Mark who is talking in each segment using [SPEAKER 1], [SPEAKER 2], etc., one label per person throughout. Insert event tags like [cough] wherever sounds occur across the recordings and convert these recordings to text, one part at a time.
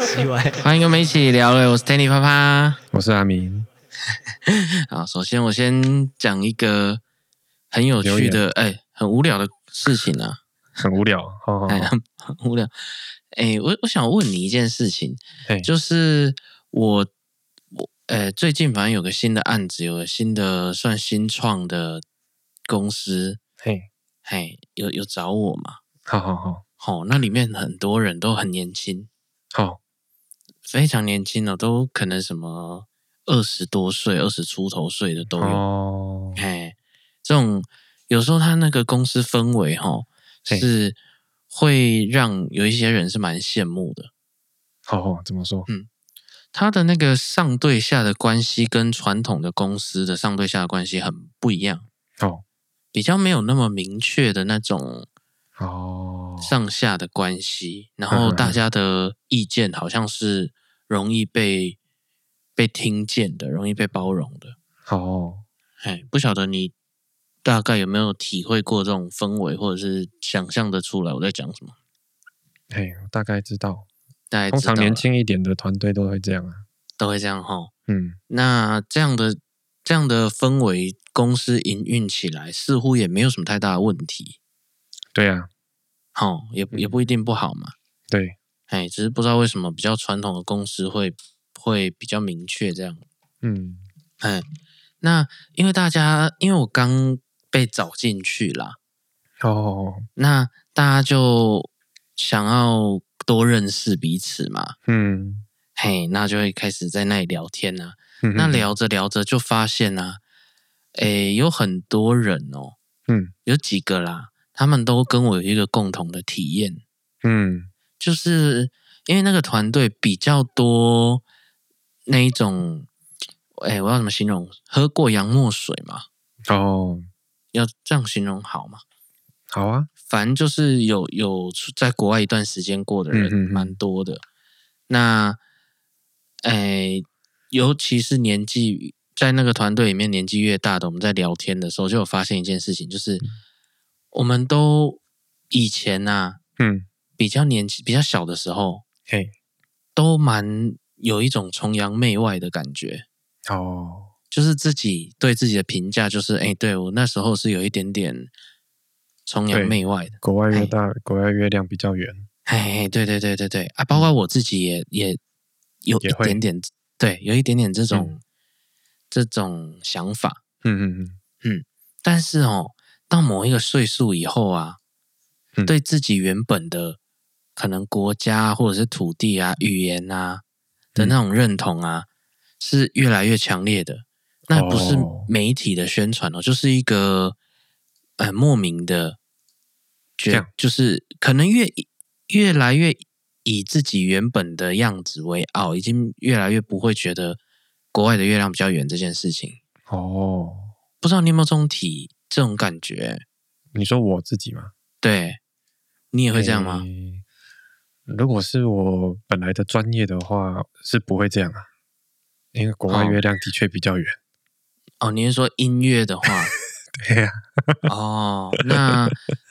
[SPEAKER 1] 奇怪，
[SPEAKER 2] 欢迎跟我们一起聊了，我是 Danny 啪啪。
[SPEAKER 3] 我是阿明，
[SPEAKER 2] [laughs] 好，首先我先讲一个很有趣的，哎、很无聊的事情啊，
[SPEAKER 3] 很无聊，好好
[SPEAKER 2] 哎、
[SPEAKER 3] 好，
[SPEAKER 2] 很无聊。哎、我我想问你一件事情，
[SPEAKER 3] 哎
[SPEAKER 2] 就是我我呃最近反正有个新的案子，有个新的算新创的公司，
[SPEAKER 3] 嘿，
[SPEAKER 2] 嘿，有有找我嘛？
[SPEAKER 3] 好好好，
[SPEAKER 2] 好、那里面很多人都很年轻，
[SPEAKER 3] 好，
[SPEAKER 2] 非常年轻哦，都可能什么二十多岁、二十出头岁的都有。
[SPEAKER 3] 哦，
[SPEAKER 2] 哎，这种有时候他那个公司氛围哈，
[SPEAKER 3] 嘿
[SPEAKER 2] 是会让有一些人是蛮羡慕的。
[SPEAKER 3] 好好，怎么说？
[SPEAKER 2] 他的那个上对下的关系跟传统的公司的上对下的关系很不一样，
[SPEAKER 3] 好，
[SPEAKER 2] 比较没有那么明确的那种
[SPEAKER 3] 哦，
[SPEAKER 2] 上下的关系，然
[SPEAKER 3] 嗯嗯
[SPEAKER 2] 后
[SPEAKER 3] 嗯
[SPEAKER 2] 大家的意见好像是容易被被听见的，容易被包容的。
[SPEAKER 3] 好，
[SPEAKER 2] 哎，不晓得你大概有没有体会过这种氛围，或者是想象得出来我在讲什么？
[SPEAKER 3] 嘿，我大概知道，
[SPEAKER 2] 大家
[SPEAKER 3] 通常年轻一点的团队都会这样啊，
[SPEAKER 2] 都会这样哈。
[SPEAKER 3] 嗯，
[SPEAKER 2] 那这样的这样的氛围，公司营运起来似乎也没有什么太大的问题，
[SPEAKER 3] 对啊，
[SPEAKER 2] 哈，也不也
[SPEAKER 3] 嗯
[SPEAKER 2] 不一定不好嘛。
[SPEAKER 3] 对，
[SPEAKER 2] 哎，只是不知道为什么比较传统的公司会会比较明确这样。
[SPEAKER 3] 嗯，
[SPEAKER 2] 哎，那因为大家因为我刚被找进去啦，
[SPEAKER 3] 哦，
[SPEAKER 2] 那大家就想要多认识彼此嘛，
[SPEAKER 3] 嗯，
[SPEAKER 2] 嘿，那就会开始在那里聊天啊。
[SPEAKER 3] 嗯
[SPEAKER 2] 那，聊着聊着就发现啊，诶，有很多人哦，
[SPEAKER 3] 嗯
[SPEAKER 2] 有几个啦，他们都跟我有一个共同的体验，
[SPEAKER 3] 嗯，
[SPEAKER 2] 就是因为那个团队比较多那一种，诶，我要怎么形容？喝过洋墨水嘛，
[SPEAKER 3] 哦，
[SPEAKER 2] 要这样形容好吗？
[SPEAKER 3] 好啊，
[SPEAKER 2] 反正就是有有出在国外一段时间过的人
[SPEAKER 3] 嗯嗯嗯
[SPEAKER 2] 蛮多的。那，诶、尤其是年纪在那个团队里面年纪越大的，我们在聊天的时候就有发现一件事情，就是
[SPEAKER 3] 嗯
[SPEAKER 2] 我们都以前呐、
[SPEAKER 3] 嗯，
[SPEAKER 2] 比较年纪比较小的时候，
[SPEAKER 3] 嘿，
[SPEAKER 2] 都蛮有一种崇洋媚外的感觉，
[SPEAKER 3] 哦，
[SPEAKER 2] 就是自己对自己的评价就是，诶、对我那时候是有一点点崇洋
[SPEAKER 3] 对
[SPEAKER 2] 媚外的。
[SPEAKER 3] 国外
[SPEAKER 2] 嘿
[SPEAKER 3] 越大，国外月亮比较圆，
[SPEAKER 2] 哎，对对对对对啊！包括我自己也也有
[SPEAKER 3] 嗯也
[SPEAKER 2] 一
[SPEAKER 3] 会
[SPEAKER 2] 点点，对，有一点点这种、
[SPEAKER 3] 嗯
[SPEAKER 2] 这种想法。
[SPEAKER 3] 嗯嗯
[SPEAKER 2] 但是哦，到某一个岁数以后啊，
[SPEAKER 3] 嗯
[SPEAKER 2] 对自己原本的可能国家或者是土地
[SPEAKER 3] 嗯
[SPEAKER 2] 啊、语言啊的那种认同啊，是越来越强烈的。那不是
[SPEAKER 3] 哦
[SPEAKER 2] 媒体的宣传哦，就是一个呃莫名的
[SPEAKER 3] 这
[SPEAKER 2] 觉
[SPEAKER 3] 样，
[SPEAKER 2] 就是可能越越来越以自己原本的样子为傲，已经越来越不会觉得国外的月亮比较圆这件事情。
[SPEAKER 3] 嗯，哦，
[SPEAKER 2] 不知道你有没有这种体这种感觉、
[SPEAKER 3] 你说我自己吗？
[SPEAKER 2] 对你也会这样吗？
[SPEAKER 3] 诶如果是我本来的专业的话，是不会这样啊，因为国外
[SPEAKER 2] 哦
[SPEAKER 3] 月亮的确比较圆。
[SPEAKER 2] 哦，你是说音
[SPEAKER 3] [laughs]
[SPEAKER 2] 乐的话？
[SPEAKER 3] 对啊呀、
[SPEAKER 2] 哦，那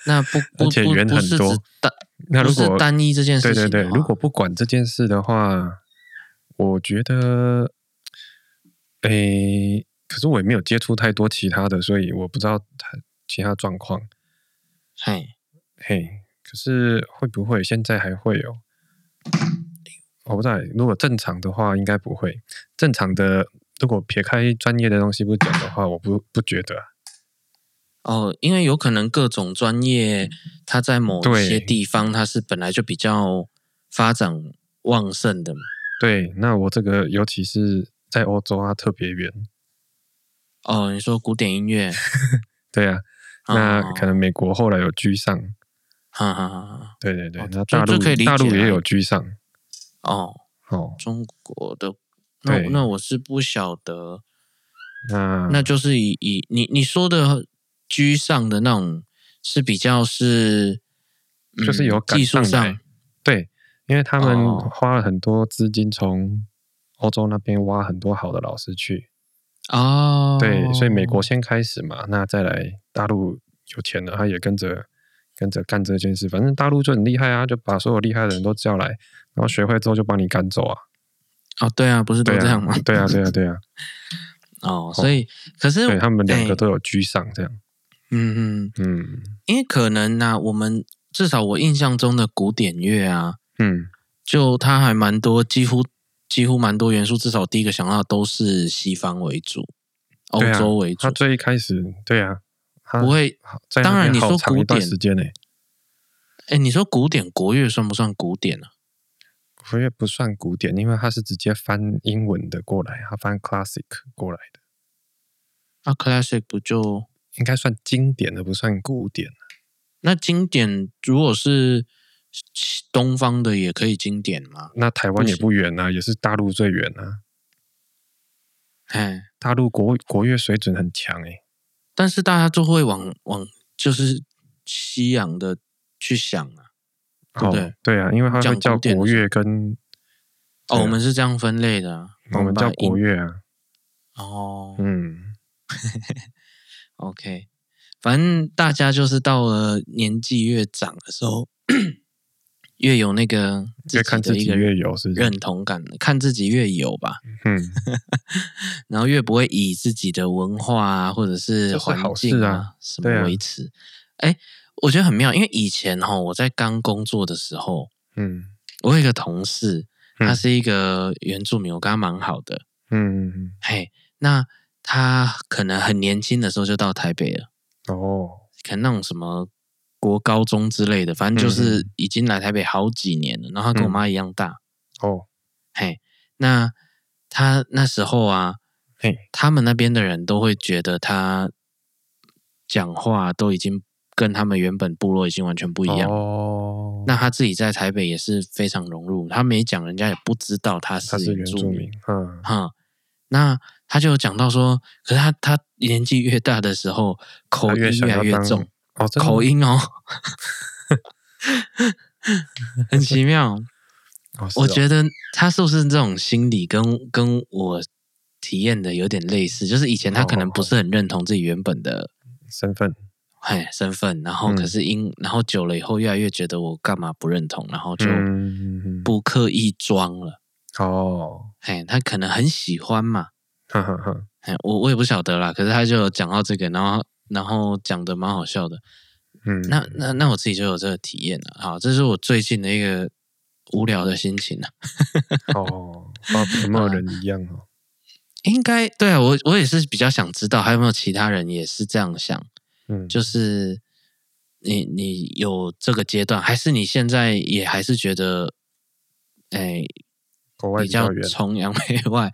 [SPEAKER 2] 那
[SPEAKER 3] [laughs]
[SPEAKER 2] 不不
[SPEAKER 3] 而且
[SPEAKER 2] 不
[SPEAKER 3] 圆
[SPEAKER 2] 不
[SPEAKER 3] 很
[SPEAKER 2] 是
[SPEAKER 3] 多
[SPEAKER 2] 只单
[SPEAKER 3] 那
[SPEAKER 2] 不
[SPEAKER 3] 如
[SPEAKER 2] 是
[SPEAKER 3] 果
[SPEAKER 2] 单一这件事
[SPEAKER 3] 对
[SPEAKER 2] 情哦
[SPEAKER 3] 对
[SPEAKER 2] 的
[SPEAKER 3] 对，
[SPEAKER 2] 话
[SPEAKER 3] 如果不管这件事的话，我觉得，诶、可是我也没有接触太多其他的，所以我不知道他其他状况。
[SPEAKER 2] 嘿
[SPEAKER 3] 嘿，可是会不会现在还会有？我不知道欸，如果正常的话，应该不会。正常的，如果撇开专业的东西不讲的话，我不不觉得啊、
[SPEAKER 2] 哦，因为有可能各种专
[SPEAKER 3] 嗯
[SPEAKER 2] 业，它在某一些
[SPEAKER 3] 对
[SPEAKER 2] 地方它是本来就比较发展旺盛的嘛。
[SPEAKER 3] 对，那我这个尤其是在欧洲啊，特别远。
[SPEAKER 2] 哦，你说古典音乐，
[SPEAKER 3] 对啊， [laughs] 那
[SPEAKER 2] 哦
[SPEAKER 3] 可能美国后来有居上，
[SPEAKER 2] 哈哈哈哈，
[SPEAKER 3] 对对对
[SPEAKER 2] 哦，
[SPEAKER 3] 那
[SPEAKER 2] 这
[SPEAKER 3] 大
[SPEAKER 2] 这
[SPEAKER 3] 陆
[SPEAKER 2] 可以理
[SPEAKER 3] 大陆
[SPEAKER 2] 解啊
[SPEAKER 3] 也有居上
[SPEAKER 2] 哦，
[SPEAKER 3] 哦。
[SPEAKER 2] 中国的那
[SPEAKER 3] 对
[SPEAKER 2] 那我是不晓得，
[SPEAKER 3] 那
[SPEAKER 2] 那就是以以你你说的居上的那种是比较是，嗯
[SPEAKER 3] 就是有赶
[SPEAKER 2] 技术
[SPEAKER 3] 上哎来
[SPEAKER 2] 上
[SPEAKER 3] 对，因为他们
[SPEAKER 2] 哦
[SPEAKER 3] 花了很多资金从欧洲那边挖很多好的老师去，
[SPEAKER 2] 哦，
[SPEAKER 3] 对，所以美国先开始嘛，那再来大陆有钱了，他也跟着跟着干这件事。反正大陆就很厉害啊，就把所有厉害的人都叫来，然后学会之后就把你赶走啊。
[SPEAKER 2] 哦，对啊，不是都
[SPEAKER 3] 对
[SPEAKER 2] 这样吗
[SPEAKER 3] [laughs] 啊？，对啊，对啊，
[SPEAKER 2] [laughs]
[SPEAKER 3] 对啊，
[SPEAKER 2] 哦，所以可是
[SPEAKER 3] 对他们两
[SPEAKER 2] 哎
[SPEAKER 3] 个都有居上这样。
[SPEAKER 2] 嗯嗯，
[SPEAKER 3] 嗯
[SPEAKER 2] 因为可能呢、我们至少我印象中的古典乐啊，
[SPEAKER 3] 嗯，
[SPEAKER 2] 就它还蛮多，几乎几乎蛮多元素，至少我第一个想到的都是西方为主，欧
[SPEAKER 3] 对啊
[SPEAKER 2] 洲为主，
[SPEAKER 3] 他最一开始对啊，他
[SPEAKER 2] 不会。
[SPEAKER 3] 好在
[SPEAKER 2] 当
[SPEAKER 3] 那
[SPEAKER 2] 然
[SPEAKER 3] 边
[SPEAKER 2] 你
[SPEAKER 3] 好
[SPEAKER 2] 说
[SPEAKER 3] 长
[SPEAKER 2] 古
[SPEAKER 3] 一段
[SPEAKER 2] 典
[SPEAKER 3] 时间呢、
[SPEAKER 2] 哎，你说古典国乐算不算古典啊？
[SPEAKER 3] 我也不算古典，因为它是直接翻英文的过来，它翻 classic 过来的，
[SPEAKER 2] 啊，classic 不就
[SPEAKER 3] 应该算经典的，不算古典。
[SPEAKER 2] 那经典？如果是东方的，也可以经典吗？
[SPEAKER 3] 那台湾
[SPEAKER 2] 不
[SPEAKER 3] 也
[SPEAKER 2] 行
[SPEAKER 3] 不远啊，也是大陆最远啊。
[SPEAKER 2] 哎，
[SPEAKER 3] 大陆国国乐水准很强欸诶、
[SPEAKER 2] 但是大家就会往往就是西洋的去想啊。对不
[SPEAKER 3] 哦
[SPEAKER 2] 对
[SPEAKER 3] 对啊，因为它
[SPEAKER 2] 讲
[SPEAKER 3] 会
[SPEAKER 2] 古
[SPEAKER 3] 叫
[SPEAKER 2] 典的
[SPEAKER 3] 国
[SPEAKER 2] 时候
[SPEAKER 3] 乐跟
[SPEAKER 2] 哦，
[SPEAKER 3] 对啊
[SPEAKER 2] 我们是这样分类的啊、
[SPEAKER 3] 我们叫
[SPEAKER 2] 把
[SPEAKER 3] 国
[SPEAKER 2] 音
[SPEAKER 3] 乐啊，
[SPEAKER 2] 哦。
[SPEAKER 3] 嗯，
[SPEAKER 2] OK，反正大家就是到了年纪越长的时候， [coughs] 越有那个
[SPEAKER 3] 越看自
[SPEAKER 2] 的一
[SPEAKER 3] 己
[SPEAKER 2] 个
[SPEAKER 3] 越有是不是
[SPEAKER 2] 认同感，看自己越有吧，
[SPEAKER 3] 嗯，
[SPEAKER 2] 然后越不会以自己的文化啊，或者是
[SPEAKER 3] 这是
[SPEAKER 2] 环
[SPEAKER 3] 好事
[SPEAKER 2] 境
[SPEAKER 3] 啊
[SPEAKER 2] 什
[SPEAKER 3] 对
[SPEAKER 2] 么
[SPEAKER 3] 啊
[SPEAKER 2] 维持。哎、我觉得很妙，因为以前哈我在刚工作的时候，
[SPEAKER 3] 嗯
[SPEAKER 2] 我有一个同事，他
[SPEAKER 3] 嗯
[SPEAKER 2] 是一个原住民，我跟他蛮好的，
[SPEAKER 3] 嗯嗯，
[SPEAKER 2] 嘿，那他可能很年轻的时候就到台北了。
[SPEAKER 3] 嗯哦，
[SPEAKER 2] 可能那种什么国高中之类的，反
[SPEAKER 3] 嗯
[SPEAKER 2] 正就是已经来台北好几年了。然后他跟我妈一样大，
[SPEAKER 3] 哦，
[SPEAKER 2] 嘿，那他那时候啊，
[SPEAKER 3] 嘿，
[SPEAKER 2] 他们那边的人都会觉得他讲话都已经跟他们原本部落已经完全不
[SPEAKER 3] 不
[SPEAKER 2] 一样。
[SPEAKER 3] 哦，
[SPEAKER 2] 那他自己在台北也是非常融入，他没讲，人家也不知道他
[SPEAKER 3] 他
[SPEAKER 2] 是
[SPEAKER 3] 是原住民，嗯，
[SPEAKER 2] 哈、那他就有讲到说，可是他他年纪越大的时候，口
[SPEAKER 3] 他
[SPEAKER 2] 音
[SPEAKER 3] 想
[SPEAKER 2] 越来
[SPEAKER 3] 要
[SPEAKER 2] 越
[SPEAKER 3] 当
[SPEAKER 2] 重，
[SPEAKER 3] 哦，真的
[SPEAKER 2] 口
[SPEAKER 3] 吗
[SPEAKER 2] 音哦， [laughs]
[SPEAKER 3] [laughs]
[SPEAKER 2] 很奇妙。
[SPEAKER 3] 哦是
[SPEAKER 2] 我
[SPEAKER 3] 哦
[SPEAKER 2] 觉得他是不是这种心理跟跟我体验的有点类似？就是以前他可能
[SPEAKER 3] 哦
[SPEAKER 2] 不是很认同自己原本的
[SPEAKER 3] 身份，
[SPEAKER 2] 哎身份，然后
[SPEAKER 3] 嗯
[SPEAKER 2] 可是因、然后久了以后，越来越觉得我干嘛不认同，然后就
[SPEAKER 3] 嗯，
[SPEAKER 2] 不刻意装了。
[SPEAKER 3] 哦，
[SPEAKER 2] 哎，他可能很喜欢嘛，
[SPEAKER 3] 哈哈哈，
[SPEAKER 2] 哎，我我也不晓得啦。可是他就有讲到这个，然后然后讲的蛮好笑的。
[SPEAKER 3] 嗯，
[SPEAKER 2] 那那那我自己就有这个体验了、好，这是我最近的一个无聊的心情啊。
[SPEAKER 3] 哦，啊，有没有人一样哦？
[SPEAKER 2] 应该对啊，我我也是比较想知道，还有没有其他人也是这样想？
[SPEAKER 3] 嗯，
[SPEAKER 2] [laughs] 就是你你有这个阶段，还是你现在也还是觉得，哎，
[SPEAKER 3] 国外
[SPEAKER 2] 比
[SPEAKER 3] 较
[SPEAKER 2] 较
[SPEAKER 3] 远，
[SPEAKER 2] 崇洋媚外？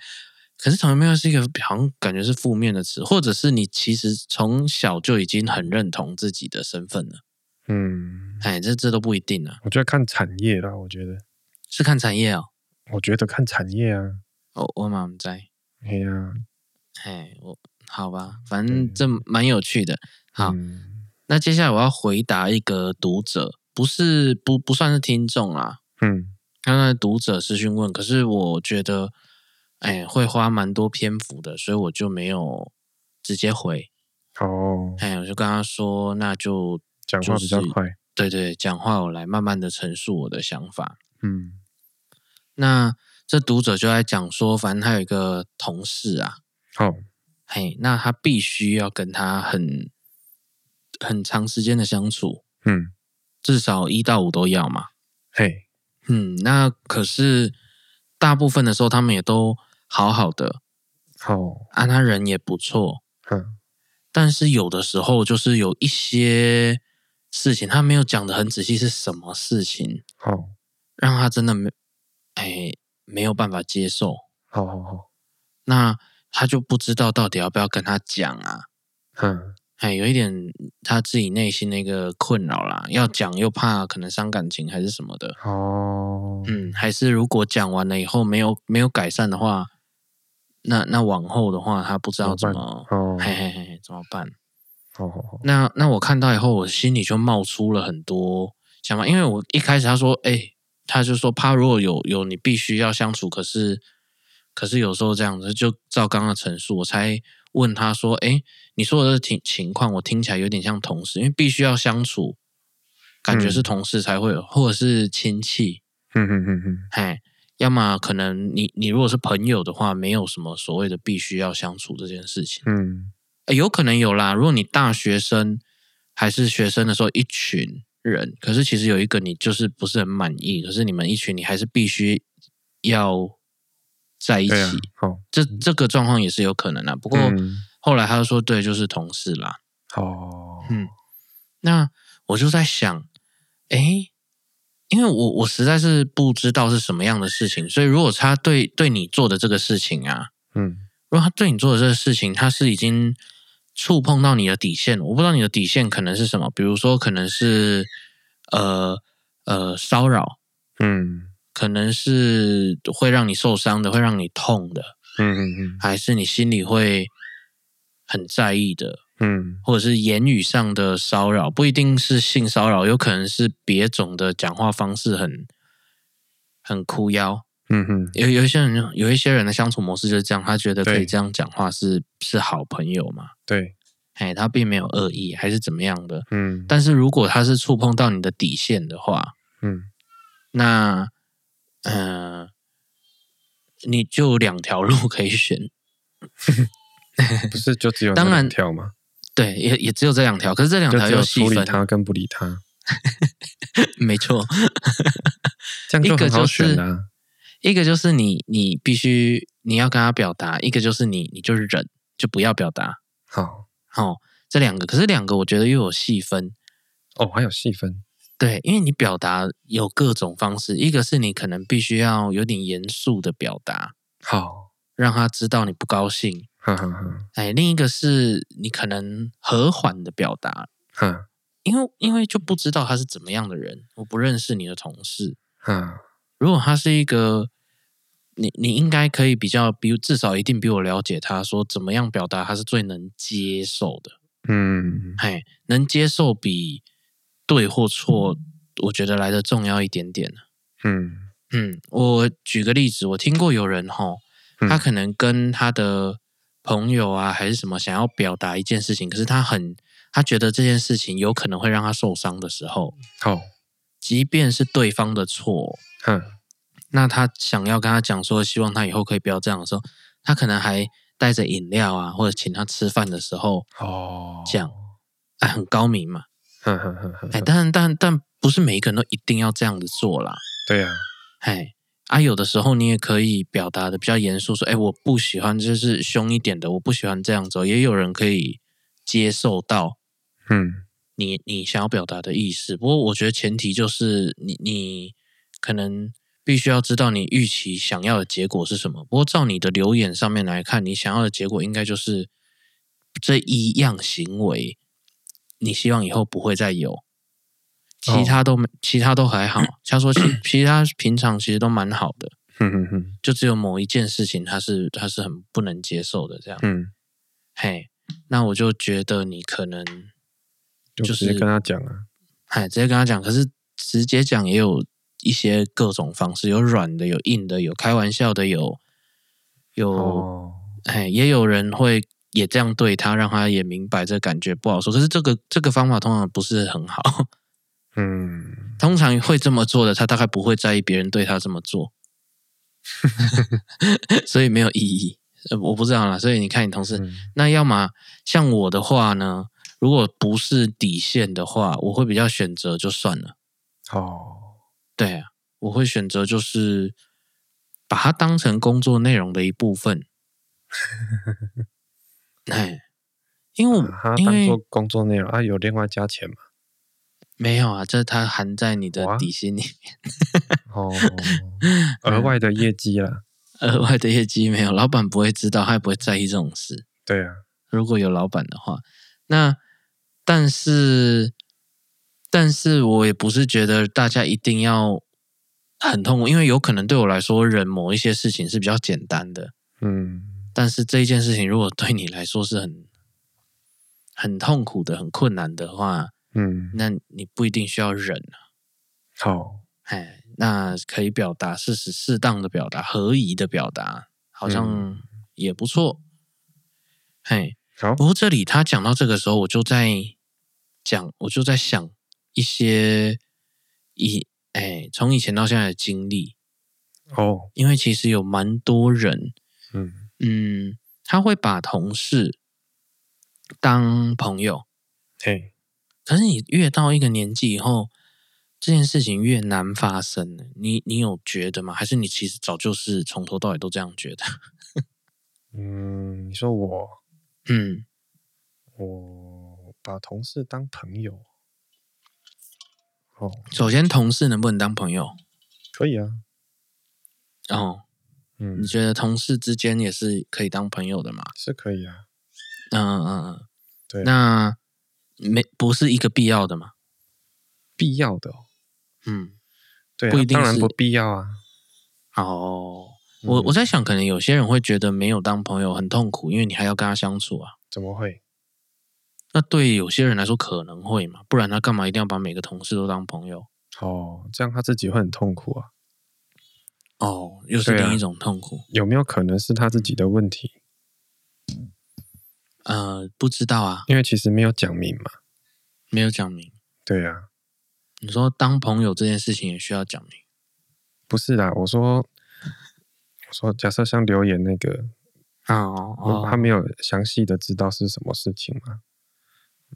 [SPEAKER 2] 可是崇洋媚外是一个好像感觉是负面的词，或者是你其实从小就已经很认同自己的身份了。
[SPEAKER 3] 嗯，
[SPEAKER 2] 哎，这这都不一定啊，
[SPEAKER 3] 我觉得看产业啦，我觉得，
[SPEAKER 2] 是看产业哦。
[SPEAKER 3] 我觉得看产业啊，
[SPEAKER 2] 哦，我马上在。
[SPEAKER 3] 哎呀，
[SPEAKER 2] 嘿，哎我好吧，反正这蛮有趣的。好，
[SPEAKER 3] 嗯
[SPEAKER 2] 那接下来我要回答一个读者，不是不不算是听众啦，
[SPEAKER 3] 嗯，
[SPEAKER 2] 刚才读者是询问，可是我觉得，哎，会花蛮多篇幅的，所以我就没有直接回。
[SPEAKER 3] 哦，
[SPEAKER 2] 哎，我就跟他说，那就
[SPEAKER 3] 讲话比较
[SPEAKER 2] 就是
[SPEAKER 3] 快，
[SPEAKER 2] 对对，讲话我来慢慢的陈述我的想法。
[SPEAKER 3] 嗯
[SPEAKER 2] 那这读者就在讲说，反正他有一个同事啊，
[SPEAKER 3] 好，
[SPEAKER 2] 嘿，那他必须要跟他很很长时间的相处，
[SPEAKER 3] 嗯，
[SPEAKER 2] 至少一到五都要嘛。
[SPEAKER 3] 嘿，
[SPEAKER 2] 嗯，那可是大部分的时候他们也都好好的，
[SPEAKER 3] 好，嗯
[SPEAKER 2] 啊，他人也不错，
[SPEAKER 3] 哼，
[SPEAKER 2] 但是有的时候就是有一些事情他没有讲的很仔细，是什么事情
[SPEAKER 3] 好，
[SPEAKER 2] 让他真的没，哎，没有办法接受，
[SPEAKER 3] 好好好，
[SPEAKER 2] 那他就不知道到底要不要跟他讲啊。
[SPEAKER 3] 嗯，
[SPEAKER 2] 哎，有一点他自己内心的一个困扰啦，要讲又怕可能伤感情还是什么的。
[SPEAKER 3] 哦，
[SPEAKER 2] 嗯，还是如果讲完了以后没有没有改善的话，那那往后的话他不知道怎
[SPEAKER 3] 怎
[SPEAKER 2] 么，
[SPEAKER 3] 哦，
[SPEAKER 2] 嗯嘿嘿嘿，怎么办？
[SPEAKER 3] 好好好，
[SPEAKER 2] 那那我看到以后，我心里就冒出了很多想法，因为我一开始他说，哎、他就说怕如果有有你必须要相处，可是可是有时候这样子，就照刚刚的陈述，我才问他说，哎、你说的这情情况，我听起来有点像同事，因为必须要相处，感觉
[SPEAKER 3] 嗯
[SPEAKER 2] 是同事才会有，或者是亲戚，
[SPEAKER 3] 嗯嗯嗯嗯，
[SPEAKER 2] 嘿，哎要么可能你你如果是朋友的话，没有什么所谓的必须要相处这件事情，
[SPEAKER 3] 嗯
[SPEAKER 2] 呃有可能有啦。如果你大学生还是学生的时候，一群人，可是其实有一个你就是不是很满意，可是你们一群你还是必须要在一起，
[SPEAKER 3] 对啊，好，
[SPEAKER 2] 这这个状况也是有可能的。不过
[SPEAKER 3] 嗯，
[SPEAKER 2] 后来他就说，对，就是同事啦。
[SPEAKER 3] 好，
[SPEAKER 2] 嗯，那我就在想，诶，因为我我实在是不知道是什么样的事情，所以如果他对对你做的这个事情啊，
[SPEAKER 3] 嗯
[SPEAKER 2] 如果他对你做的这个事情，他是已经触碰到你的底线，我不知道你的底线可能是什么，比如说可能是呃呃骚扰，
[SPEAKER 3] 嗯
[SPEAKER 2] 可能是会让你受伤的，会让你痛的，
[SPEAKER 3] 嗯嗯
[SPEAKER 2] 还是你心里会很在意的，
[SPEAKER 3] 嗯
[SPEAKER 2] 或者是言语上的骚扰，不一定是性骚扰，有可能是别种的讲话方式很很哭腰。
[SPEAKER 3] 嗯嗯
[SPEAKER 2] 有有一些人，有一些人的相处模式就是这样，他觉得可以
[SPEAKER 3] 对
[SPEAKER 2] 这样讲话是是好朋友嘛，
[SPEAKER 3] 对，
[SPEAKER 2] 哎，他并没有恶意还是怎么样的。
[SPEAKER 3] 嗯
[SPEAKER 2] 但是如果他是触碰到你的底线的话，
[SPEAKER 3] 嗯
[SPEAKER 2] 那嗯、呃你就有两条路可以选，
[SPEAKER 3] 不是就只有
[SPEAKER 2] 当
[SPEAKER 3] 那
[SPEAKER 2] 然
[SPEAKER 3] 两条吗？
[SPEAKER 2] 对，也也只有这两条。可是这两
[SPEAKER 3] 就
[SPEAKER 2] 条
[SPEAKER 3] 只
[SPEAKER 2] 又
[SPEAKER 3] 有
[SPEAKER 2] 细
[SPEAKER 3] 处理
[SPEAKER 2] 分，
[SPEAKER 3] 他跟不理他，
[SPEAKER 2] [laughs] 没错。
[SPEAKER 3] 这样
[SPEAKER 2] 一
[SPEAKER 3] 就
[SPEAKER 2] 个
[SPEAKER 3] 很
[SPEAKER 2] 就
[SPEAKER 3] 好
[SPEAKER 2] 是
[SPEAKER 3] 选啊。
[SPEAKER 2] 一个就是你你必须你要跟他表达，一个就是你你就是忍，就不要表达。
[SPEAKER 3] 好
[SPEAKER 2] 哦，这两个，可是两个我觉得又有细分，
[SPEAKER 3] 哦，还有细分，
[SPEAKER 2] 对，因为你表达有各种方式，一个是你可能必须要有点严肃的表达，
[SPEAKER 3] 好，
[SPEAKER 2] 让他知道你不高兴。
[SPEAKER 3] 哈哈哈
[SPEAKER 2] 哎，另一个是你可能和缓的表达，
[SPEAKER 3] 哈
[SPEAKER 2] 因为因为就不知道他是怎么样的人，我不认识你的同事，
[SPEAKER 3] 哈，
[SPEAKER 2] 如果他是一个，你你应该可以比较，比如至少一定比我了解他说怎么样表达，他是最能接受的。
[SPEAKER 3] 嗯
[SPEAKER 2] 嘿，能接受比对或错，我觉得来的重要一点点。
[SPEAKER 3] 嗯
[SPEAKER 2] 嗯，我举个例子，我听过有人吼，
[SPEAKER 3] 嗯
[SPEAKER 2] 他可能跟他的朋友啊还是什么想要表达一件事情，可是他很他觉得这件事情有可能会让他受伤的时候，
[SPEAKER 3] 好，
[SPEAKER 2] 即便是对方的错，
[SPEAKER 3] 哈
[SPEAKER 2] 那他想要跟他讲说，希望他以后可以不要这样的时候，他可能还带着饮料啊，或者请他吃饭的时候，
[SPEAKER 3] 哦，
[SPEAKER 2] 这样，哎，很高明嘛，
[SPEAKER 3] 哈哈哈哈
[SPEAKER 2] 哎，，但但但不是每一个人都一定要这样子做啦，
[SPEAKER 3] 对呀，
[SPEAKER 2] 哎，啊，有的时候你也可以表达的比较严肃，说，哎，我不喜欢，就是凶一点的，我不喜欢这样子哦、也有人可以接受到
[SPEAKER 3] 嗯
[SPEAKER 2] 你你想要表达的意思，不过我觉得前提就是你你可能必须要知道你预期想要的结果是什么。不过照你的留言上面来看，你想要的结果应该就是这一样行为，你希望以后不会再有，
[SPEAKER 3] 哦
[SPEAKER 2] 其他都没，其他都还好。
[SPEAKER 3] [clears throat]
[SPEAKER 2] 他说其其他平常其实都蛮好的，
[SPEAKER 3] 嗯嗯嗯
[SPEAKER 2] 就只有某一件事情他是他是很不能接受的这样。
[SPEAKER 3] 嗯，
[SPEAKER 2] 嘿，那我就觉得你可能。
[SPEAKER 3] 就直接
[SPEAKER 2] 是
[SPEAKER 3] 跟他讲啊，
[SPEAKER 2] 哎，直接跟他讲。可是直接讲也有一些各种方式，有软的，有硬的，有开玩笑的，有有
[SPEAKER 3] 哦，
[SPEAKER 2] 哎、也有人会也这样对他，让他也明白这感觉不好说。可是这个这个方法通常不是很好， [laughs]
[SPEAKER 3] 嗯，
[SPEAKER 2] 通常会这么做的，他大概不会在意别人对他这
[SPEAKER 3] [laughs]
[SPEAKER 2] 么做，所以没有意义。呃我不知道啦，所以你看你同事，
[SPEAKER 3] 嗯
[SPEAKER 2] 那要么像我的话呢，如果不是底线的话，我会比较选择就算了。
[SPEAKER 3] 哦，
[SPEAKER 2] 对啊，我会选择就是把它当成工作内容的一部分。哎，因为我、
[SPEAKER 3] 把它
[SPEAKER 2] 嗯因
[SPEAKER 3] 当
[SPEAKER 2] 为
[SPEAKER 3] 做工作内容啊，有另外加钱嘛，
[SPEAKER 2] 没有啊，这它含在你的
[SPEAKER 3] 哇
[SPEAKER 2] 底薪里面，
[SPEAKER 3] 哦， [laughs] 额外的业绩啦，
[SPEAKER 2] 额外的业绩没有，老板不会知道，他也不会在意这种事。
[SPEAKER 3] [laughs] 对啊，
[SPEAKER 2] 如果有老板的话，那但是但是我也不是觉得大家一定要很痛苦，因为有可能对我来说，忍某一些事情是比较简单的。
[SPEAKER 3] 嗯
[SPEAKER 2] 但是这一件事情如果对你来说是很很痛苦的、很困难的话，
[SPEAKER 3] 嗯，
[SPEAKER 2] 那你不一定需要忍啊。
[SPEAKER 3] 好，
[SPEAKER 2] 哎，那可以表达，适时、适当的表达，合宜的表达，好像
[SPEAKER 3] 嗯
[SPEAKER 2] 也不错。哎嘿，
[SPEAKER 3] 好，
[SPEAKER 2] 哦不过这里他讲到这个时候，我就在讲，我就在想，一些以哎从以前到现在的经历，
[SPEAKER 3] 哦，
[SPEAKER 2] 因为其实有蛮多人，
[SPEAKER 3] 嗯
[SPEAKER 2] 嗯，他会把同事当朋友，
[SPEAKER 3] 嘿，
[SPEAKER 2] 可是你越到一个年纪以后，这件事情越难发生了。你你有觉得吗？还是你其实早就是从头到尾都这样觉得？ [laughs]
[SPEAKER 3] 嗯，你说我
[SPEAKER 2] 嗯，
[SPEAKER 3] 我把同事当朋友，哦，
[SPEAKER 2] 首先同事能不能当朋友？
[SPEAKER 3] 可以啊，
[SPEAKER 2] 哦，
[SPEAKER 3] 嗯
[SPEAKER 2] 你，觉得同事之间也是可以当朋友的嘛？
[SPEAKER 3] 是可以啊，
[SPEAKER 2] 嗯嗯嗯，
[SPEAKER 3] 对，
[SPEAKER 2] 那没不是一个必要的嘛？
[SPEAKER 3] 必要的、哦，
[SPEAKER 2] 嗯，
[SPEAKER 3] 对、啊，
[SPEAKER 2] 不一定
[SPEAKER 3] 当然
[SPEAKER 2] 是
[SPEAKER 3] 不必要啊，
[SPEAKER 2] 哦。我
[SPEAKER 3] 嗯
[SPEAKER 2] 我在想，可能有些人会觉得没有当朋友很痛苦，因为你还要跟他相处啊。
[SPEAKER 3] 怎么会？
[SPEAKER 2] 那对有些人来说可能会嘛，不然他干嘛一定要把每个同事都当朋友？
[SPEAKER 3] 哦，这样他自己会很痛苦啊。
[SPEAKER 2] 哦，又是
[SPEAKER 3] 对啊
[SPEAKER 2] 另一种痛苦。
[SPEAKER 3] 有没有可能是他自己的问题？
[SPEAKER 2] 呃，不知道啊，
[SPEAKER 3] 因为其实没有讲明嘛。
[SPEAKER 2] 没有讲明。
[SPEAKER 3] 对啊，
[SPEAKER 2] 你说当朋友这件事情也需要讲明。
[SPEAKER 3] 不是啦，我说，我说，假设像留言那个，
[SPEAKER 2] 哦哦，
[SPEAKER 3] 他没有详细的知道是什么事情嘛，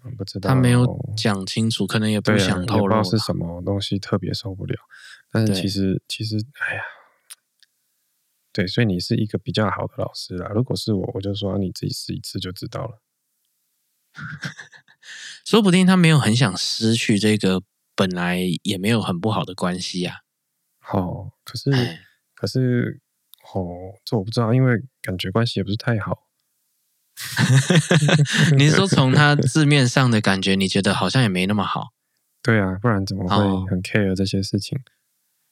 [SPEAKER 3] 嗯不知道，
[SPEAKER 2] 他没有讲清楚，可能哦也不
[SPEAKER 3] 对啊，
[SPEAKER 2] 想
[SPEAKER 3] 也不
[SPEAKER 2] 透
[SPEAKER 3] 知
[SPEAKER 2] 露
[SPEAKER 3] 道
[SPEAKER 2] 吧。
[SPEAKER 3] 是什么东西特别受不了。但是
[SPEAKER 2] 对
[SPEAKER 3] 其实其实，哎呀，对，所以你是一个比较好的老师啦。如果是我，我就说、啊你自己试一次就知道了。
[SPEAKER 2] 说不定他没有很想失去这个本来也没有很不好的关系啊。
[SPEAKER 3] 哦，可是
[SPEAKER 2] 哎，
[SPEAKER 3] 可是，哦，这我不知道，因为感觉关系也不是太好。
[SPEAKER 2] [laughs] 你是说从他字面上的感觉，你觉得好像也没那么好？
[SPEAKER 3] 对啊，不然怎么会
[SPEAKER 2] 哦
[SPEAKER 3] 很 care 这些事情？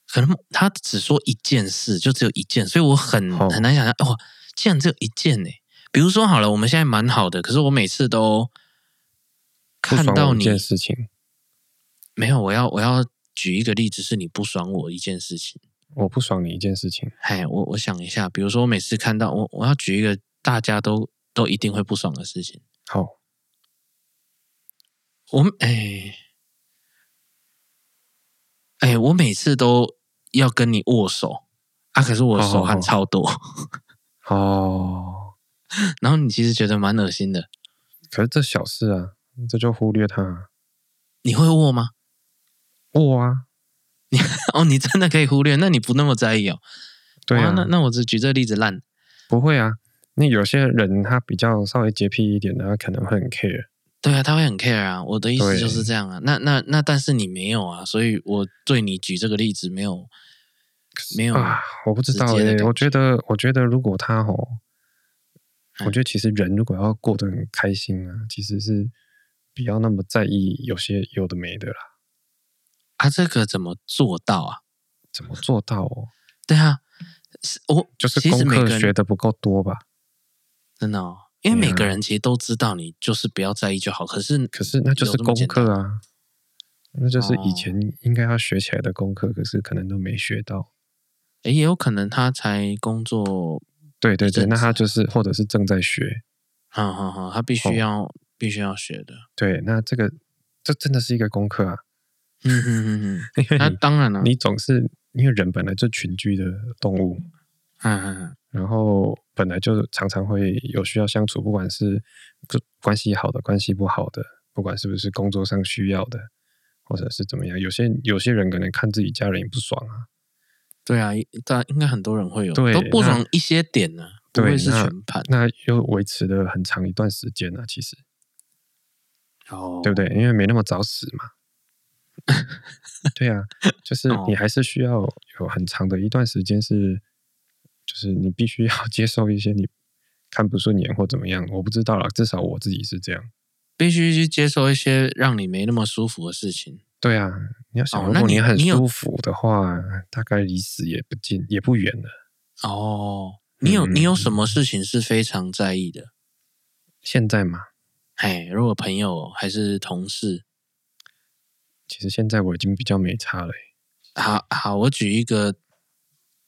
[SPEAKER 2] 可能他只说一件事，就只有一件，所以我很
[SPEAKER 3] 哦
[SPEAKER 2] 很难想象，哇、竟然只有一件呢、比如说好了，我们现在蛮好的，可是我每次都
[SPEAKER 3] 不
[SPEAKER 2] 看
[SPEAKER 3] 爽
[SPEAKER 2] 到
[SPEAKER 3] 我一
[SPEAKER 2] 你
[SPEAKER 3] 件事情，
[SPEAKER 2] 没有，我要我要举一个例子，是你不爽我一件事情。
[SPEAKER 3] 我不爽你一件事情，
[SPEAKER 2] 哎，我我想一下，比如说我每次看到我我要举一个大家都都一定会不爽的事情，
[SPEAKER 3] 好、
[SPEAKER 2] 我哎哎，我每次都要跟你握手啊，可是我手汗
[SPEAKER 3] 哦
[SPEAKER 2] 超多， [laughs]
[SPEAKER 3] 哦，
[SPEAKER 2] 然后你其实觉得蛮恶心的，
[SPEAKER 3] 可是这小事啊，这就忽略它啊。
[SPEAKER 2] 你会握吗？ [laughs]
[SPEAKER 3] 我啊，
[SPEAKER 2] 哦，你真的可以忽略，那你不那么在意哦。
[SPEAKER 3] 对
[SPEAKER 2] 哇
[SPEAKER 3] 啊，
[SPEAKER 2] 那那我只举这例子烂
[SPEAKER 3] 不会啊。那有些人他比较稍微洁癖一点的，他可能会很 care。
[SPEAKER 2] 对啊，他会很 care 啊。我的意思
[SPEAKER 3] 对
[SPEAKER 2] 就是这样啊。那那那，但是你没有啊，所以我对你举这个例子没有没有
[SPEAKER 3] 啊，我不知
[SPEAKER 2] 直
[SPEAKER 3] 道
[SPEAKER 2] 接的
[SPEAKER 3] 诶、
[SPEAKER 2] 感
[SPEAKER 3] 我觉得，我觉得如果他吼，
[SPEAKER 2] 嗯
[SPEAKER 3] 我觉得其实人如果要过得很开心啊，其实是不要那么在意有些有的没的啦。
[SPEAKER 2] 啊，这个怎么做到啊？
[SPEAKER 3] 怎么做到哦？
[SPEAKER 2] 对啊，是我
[SPEAKER 3] 就是
[SPEAKER 2] 其实
[SPEAKER 3] 功
[SPEAKER 2] 每
[SPEAKER 3] 课
[SPEAKER 2] 个
[SPEAKER 3] 学
[SPEAKER 2] 人
[SPEAKER 3] 的不够多吧？
[SPEAKER 2] 真的、哦，因为
[SPEAKER 3] 对啊
[SPEAKER 2] 每个人其实都知道你就是不要在意就好。可是
[SPEAKER 3] 可是那就
[SPEAKER 2] 有
[SPEAKER 3] 是
[SPEAKER 2] 这么
[SPEAKER 3] 功
[SPEAKER 2] 简单
[SPEAKER 3] 课啊，那就是
[SPEAKER 2] 哦
[SPEAKER 3] 以前应该要学起来的功课，可是可能都没学到。
[SPEAKER 2] 诶，也有可能他才工作，
[SPEAKER 3] 对对
[SPEAKER 2] 一阵
[SPEAKER 3] 对，
[SPEAKER 2] 子
[SPEAKER 3] 那他就是或者是正在学。
[SPEAKER 2] 哈哈哈，他必
[SPEAKER 3] 哦
[SPEAKER 2] 须要、必须要学的。
[SPEAKER 3] 对，那这个这真的是一个功课啊，
[SPEAKER 2] 嗯哼哼
[SPEAKER 3] [laughs]
[SPEAKER 2] 哼，
[SPEAKER 3] 因为
[SPEAKER 2] 那
[SPEAKER 3] 你
[SPEAKER 2] 当然了、
[SPEAKER 3] 你总是因为人本来就群居的动物，
[SPEAKER 2] 嗯嗯嗯，
[SPEAKER 3] 然后本来就常常会有需要相处，不管是不关系好的，关系不好的，不管是不是工作上需要的，或者是怎么样，有些有些人可能看自己家人也不爽啊。
[SPEAKER 2] 对啊，但应该很多人会有
[SPEAKER 3] 对
[SPEAKER 2] 都不
[SPEAKER 3] 那
[SPEAKER 2] 爽一些点呢、不
[SPEAKER 3] 对
[SPEAKER 2] 会是
[SPEAKER 3] 那
[SPEAKER 2] 全盘
[SPEAKER 3] 那又维持了很长一段时间啊，其实
[SPEAKER 2] 哦，
[SPEAKER 3] 对不对？因为没那么早死嘛。对啊，就是
[SPEAKER 2] 哦
[SPEAKER 3] 你还是需要有很长的一段时间是，就是你必须要 [laughs] 接受一些你看不顺眼或怎么样，我不知道啦，至少我自己是这样。
[SPEAKER 2] 必须去接受一些让你没那么舒服的事情。
[SPEAKER 3] 对啊，你要想，
[SPEAKER 2] 哦
[SPEAKER 3] 如
[SPEAKER 2] 那
[SPEAKER 3] 果
[SPEAKER 2] 你
[SPEAKER 3] 很
[SPEAKER 2] 你有
[SPEAKER 3] 舒服的话，大概离死也不近也不远了。
[SPEAKER 2] 哦，你有、你有
[SPEAKER 3] 嗯
[SPEAKER 2] 什么事情是非常在意的？
[SPEAKER 3] 现在嘛，
[SPEAKER 2] 哎，如果朋友还是同事，
[SPEAKER 3] 其实现在我已经比较没差了欸、
[SPEAKER 2] 好好，我举一个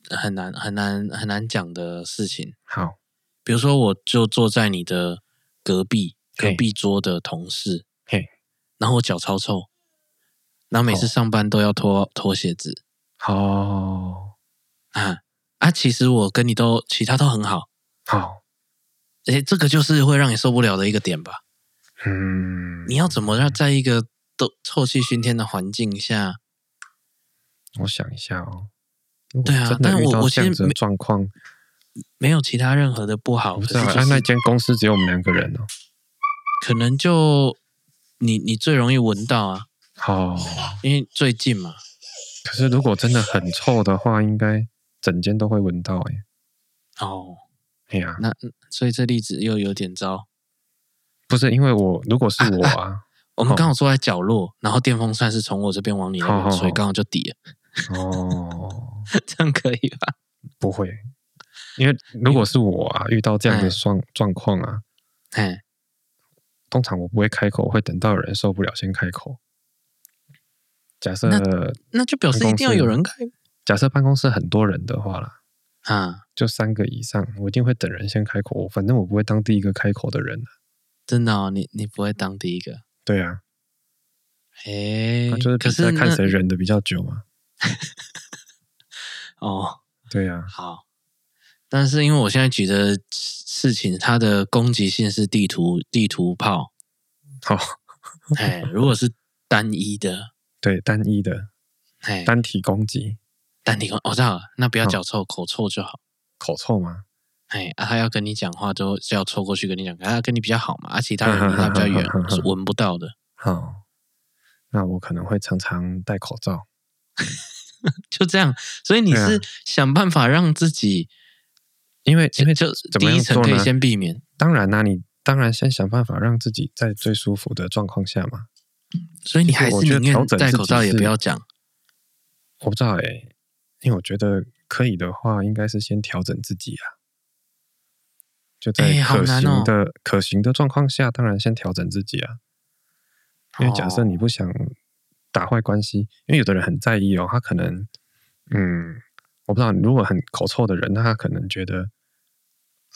[SPEAKER 2] 很难很难很难讲的事情，
[SPEAKER 3] 好，
[SPEAKER 2] 比如说，我就坐在你的隔壁隔
[SPEAKER 3] 嘿
[SPEAKER 2] 壁桌的同事，
[SPEAKER 3] 嘿，
[SPEAKER 2] 然后我脚超臭，然后每次
[SPEAKER 3] 哦
[SPEAKER 2] 上班都要脱脱鞋子
[SPEAKER 3] 好
[SPEAKER 2] 啊啊！其实我跟你都其他都很好，
[SPEAKER 3] 好，
[SPEAKER 2] 而且这个就是会让你受不了的一个点吧？
[SPEAKER 3] 嗯，
[SPEAKER 2] 你要怎么让在一个都臭气熏天的环境下，
[SPEAKER 3] 我想一下哦。如果
[SPEAKER 2] 对啊
[SPEAKER 3] 真
[SPEAKER 2] 但
[SPEAKER 3] 的遇
[SPEAKER 2] 我
[SPEAKER 3] 到这
[SPEAKER 2] 我其
[SPEAKER 3] 样
[SPEAKER 2] 实
[SPEAKER 3] 子的
[SPEAKER 2] 没
[SPEAKER 3] 状况，
[SPEAKER 2] 没有其他任何的不好，
[SPEAKER 3] 我不
[SPEAKER 2] 可
[SPEAKER 3] 知道。
[SPEAKER 2] 是
[SPEAKER 3] 啊
[SPEAKER 2] 哦就，
[SPEAKER 3] 那
[SPEAKER 2] 是
[SPEAKER 3] 间公司只有我们两个人哦。
[SPEAKER 2] 可能就你你最容易闻到啊，
[SPEAKER 3] 好，
[SPEAKER 2] 因为最近嘛，
[SPEAKER 3] 可是如果真的很臭的话，应该整间都会闻到哎。
[SPEAKER 2] 哦，
[SPEAKER 3] 哎呀，
[SPEAKER 2] 那所以这例子又有点糟。
[SPEAKER 3] 不是因为我，如果是我
[SPEAKER 2] [laughs]
[SPEAKER 3] 啊，
[SPEAKER 2] 我们
[SPEAKER 3] 哦
[SPEAKER 2] 刚好坐在角落，然后电风扇是从我这边往你那边
[SPEAKER 3] 好好
[SPEAKER 2] 吹，
[SPEAKER 3] 好
[SPEAKER 2] 刚好就抵了， [laughs]
[SPEAKER 3] 哦，
[SPEAKER 2] 这样可以吧？
[SPEAKER 3] 不会，因为如果是我啊，遇到这样
[SPEAKER 2] 嗯
[SPEAKER 3] 的状状况啊，
[SPEAKER 2] 哎，
[SPEAKER 3] 通常我不会开口，我会等到有人受不了先开口。假设
[SPEAKER 2] 那就表示一定要有人开
[SPEAKER 3] 假设办公室很多人的话啦，
[SPEAKER 2] 啊！
[SPEAKER 3] 就三个以上，我一定会等人先开口。我反正我不会当第一个开口的人啊。
[SPEAKER 2] 真的哦，你你不会当第一个，
[SPEAKER 3] 对啊，
[SPEAKER 2] 哎
[SPEAKER 3] 那，就是比
[SPEAKER 2] 可是
[SPEAKER 3] 赛看
[SPEAKER 2] 那
[SPEAKER 3] 谁忍的比较久嘛。
[SPEAKER 2] 哦，
[SPEAKER 3] 对啊，
[SPEAKER 2] 好。但是因为我现在举的事情，它的攻击性是地图地
[SPEAKER 3] [laughs]
[SPEAKER 2] 图炮，
[SPEAKER 3] 好，
[SPEAKER 2] 哎，如果是单一的，
[SPEAKER 3] 对单一的
[SPEAKER 2] 哎，
[SPEAKER 3] 单嗯体攻击，
[SPEAKER 2] 单体攻，我哦知道了，啊那不要脚臭，口臭就好。
[SPEAKER 3] 口臭嘛，，
[SPEAKER 2] 哎，啊、他要跟你讲话都是要凑过去跟你讲，啊他跟你比较好嘛，啊，其他人离他比较远 [laughs] 是闻不到的，
[SPEAKER 3] 好，那我可能会常常戴口罩。
[SPEAKER 2] 就这样。所以你
[SPEAKER 3] 对啊
[SPEAKER 2] 是想办法让自己，
[SPEAKER 3] 因为因为
[SPEAKER 2] 就
[SPEAKER 3] 怎
[SPEAKER 2] 第
[SPEAKER 3] 么
[SPEAKER 2] 一
[SPEAKER 3] 样
[SPEAKER 2] 层
[SPEAKER 3] 做
[SPEAKER 2] 可以
[SPEAKER 3] 呢？
[SPEAKER 2] 先避免，
[SPEAKER 3] 当然啦、你当然先想办法让自己在最舒服的状况下嘛。
[SPEAKER 2] 所以你还是
[SPEAKER 3] 我觉得
[SPEAKER 2] 宁愿
[SPEAKER 3] 调整
[SPEAKER 2] 戴
[SPEAKER 3] 自己
[SPEAKER 2] 口罩也
[SPEAKER 3] 是
[SPEAKER 2] 不要讲。
[SPEAKER 3] 我不知道哎、因为我觉得可以的话，应该是先调整自己啊。就在
[SPEAKER 2] 哎好
[SPEAKER 3] 可
[SPEAKER 2] 难
[SPEAKER 3] 行
[SPEAKER 2] 哦
[SPEAKER 3] 的、可行的状况下，当然先调整自己啊。因为假
[SPEAKER 2] 哦
[SPEAKER 3] 设你不想打坏关系，因为有的人很在意哦，他可能，嗯，我不知道，如果很口臭的人，那他可能觉得，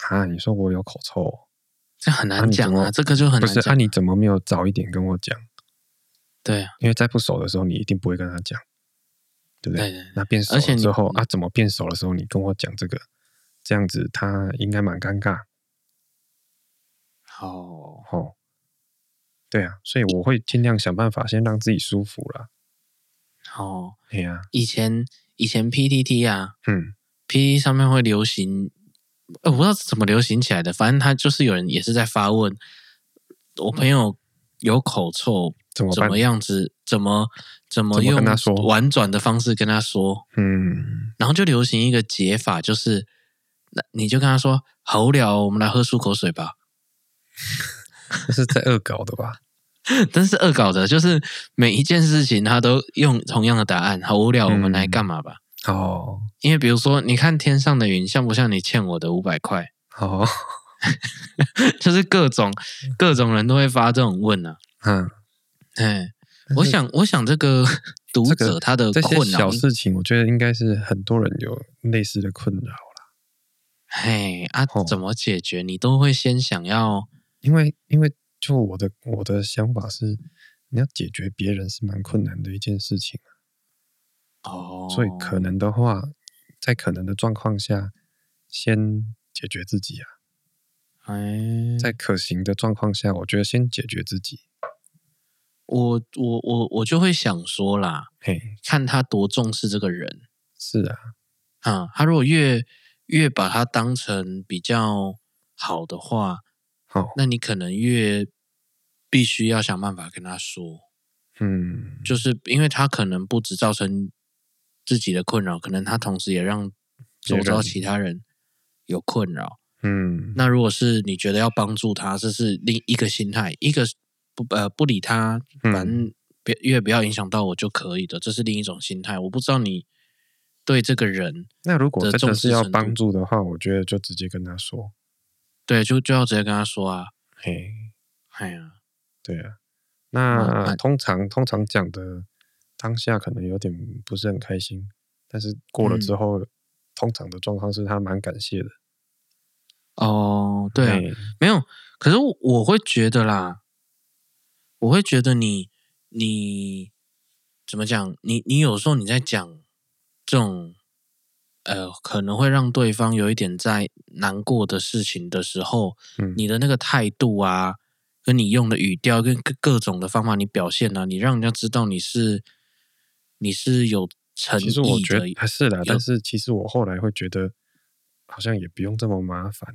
[SPEAKER 3] 啊，你说我有口臭哦，
[SPEAKER 2] 这很
[SPEAKER 3] 啊
[SPEAKER 2] 难
[SPEAKER 3] 你怎
[SPEAKER 2] 讲啊，
[SPEAKER 3] 么
[SPEAKER 2] 这个就很
[SPEAKER 3] 不
[SPEAKER 2] 难
[SPEAKER 3] 是，
[SPEAKER 2] 讲。
[SPEAKER 3] 啊，你怎么没有早一点跟我讲？
[SPEAKER 2] 对啊，
[SPEAKER 3] 因为在不熟的时候，你一定不会跟他讲，对不
[SPEAKER 2] 对
[SPEAKER 3] 对？
[SPEAKER 2] 对对
[SPEAKER 3] 那变熟
[SPEAKER 2] 而且
[SPEAKER 3] 了
[SPEAKER 2] 你
[SPEAKER 3] 之后啊，怎么变熟的时候，你跟我讲这个，这样子他应该蛮尴尬
[SPEAKER 2] 好，
[SPEAKER 3] 哦。对啊，所以我会尽量想办法先让自己舒服啦。
[SPEAKER 2] 好，
[SPEAKER 3] 哎呀、
[SPEAKER 2] 哦以前以前 PTT 啊
[SPEAKER 3] 嗯，
[SPEAKER 2] ，PTT 上面会流行，呃，我不知道是怎么流行起来的，反正他就是有人也是在发问，我朋友有口臭，
[SPEAKER 3] 嗯怎么
[SPEAKER 2] 怎
[SPEAKER 3] 办？
[SPEAKER 2] 么样子，怎么怎么
[SPEAKER 3] 怎么
[SPEAKER 2] 用
[SPEAKER 3] 跟他说
[SPEAKER 2] 婉转的方式跟他说，
[SPEAKER 3] 嗯，
[SPEAKER 2] 然后就流行一个解法，就是那你就跟他说好无聊哦，我们来喝漱口水吧。
[SPEAKER 3] 这是在恶搞的吧？
[SPEAKER 2] 真是恶搞的，就是每一件事情他都用同样的答案，好无聊，我
[SPEAKER 3] 嗯
[SPEAKER 2] 们来干嘛吧？
[SPEAKER 3] 哦，
[SPEAKER 2] 因为比如说，你看天上的云像不像你欠我的五百块？ [laughs]
[SPEAKER 3] 好，
[SPEAKER 2] 就是各种各种人都会发这种问啊。
[SPEAKER 3] 嗯，
[SPEAKER 2] 哎，我想，我想
[SPEAKER 3] [laughs]
[SPEAKER 2] 这个读
[SPEAKER 3] 这个
[SPEAKER 2] 者他的
[SPEAKER 3] 这些
[SPEAKER 2] 困扰
[SPEAKER 3] 小，事情，我觉得应该是很多人有类似的困扰啦。
[SPEAKER 2] 嘿啊
[SPEAKER 3] 哦，
[SPEAKER 2] 怎么解决？你都会先想要
[SPEAKER 3] 因为，因为就我的我的想法是，你要解决别人是蛮困难的一件事情。
[SPEAKER 2] 哦，
[SPEAKER 3] 所以可能的话，在可能的状况下，先解决自己啊。
[SPEAKER 2] 哎，
[SPEAKER 3] 在可行的状况下，我觉得先解决自己。
[SPEAKER 2] 我我我我就会想说啦，
[SPEAKER 3] 嘿，
[SPEAKER 2] 看他多重视这个人，
[SPEAKER 3] 是啊，
[SPEAKER 2] 啊，他如果越越把它当成比较好的话，
[SPEAKER 3] 好、
[SPEAKER 2] 那你可能越必须要想办法跟他说，
[SPEAKER 3] 嗯，
[SPEAKER 2] 就是因为他可能不只造成自己的困扰，可能他同时也让
[SPEAKER 3] 别
[SPEAKER 2] 周遭
[SPEAKER 3] 人
[SPEAKER 2] 其他人有困扰。
[SPEAKER 3] 嗯，
[SPEAKER 2] 那如果是你觉得要帮助他，这是另一个心态，一个不呃不理他，反
[SPEAKER 3] 嗯
[SPEAKER 2] 正别越不要影响到我就可以的，这是另一种心态。我不知道你对这个人。
[SPEAKER 3] 那如果真
[SPEAKER 2] 的
[SPEAKER 3] 的
[SPEAKER 2] 重
[SPEAKER 3] 是
[SPEAKER 2] 视
[SPEAKER 3] 要
[SPEAKER 2] 程
[SPEAKER 3] 帮
[SPEAKER 2] 度
[SPEAKER 3] 助的话，我觉得就直接跟他说。
[SPEAKER 2] 对，就就要直接跟他说啊，
[SPEAKER 3] 嘿，
[SPEAKER 2] 哎呀，
[SPEAKER 3] 对啊。
[SPEAKER 2] 那
[SPEAKER 3] 那
[SPEAKER 2] 那
[SPEAKER 3] 通常通常讲的当下可能有点不是很开心，但是过了
[SPEAKER 2] 嗯
[SPEAKER 3] 之后，通常的状况是他蛮感谢的。
[SPEAKER 2] 哦，对啊，
[SPEAKER 3] 嘿
[SPEAKER 2] 没有，可是我我会觉得啦，我会觉得你你怎么讲？你你有时候你在讲这种呃，可能会让对方有一点在难过的事情的时候，
[SPEAKER 3] 嗯
[SPEAKER 2] 你的那个态度啊，跟你用的语调，跟各各种的方法，你表现啊，你让人家知道你是你是有诚意
[SPEAKER 3] 其
[SPEAKER 2] 的。
[SPEAKER 3] 实我觉得还是啦
[SPEAKER 2] 有，
[SPEAKER 3] 但是其实我后来会觉得，好像也不用这么麻烦。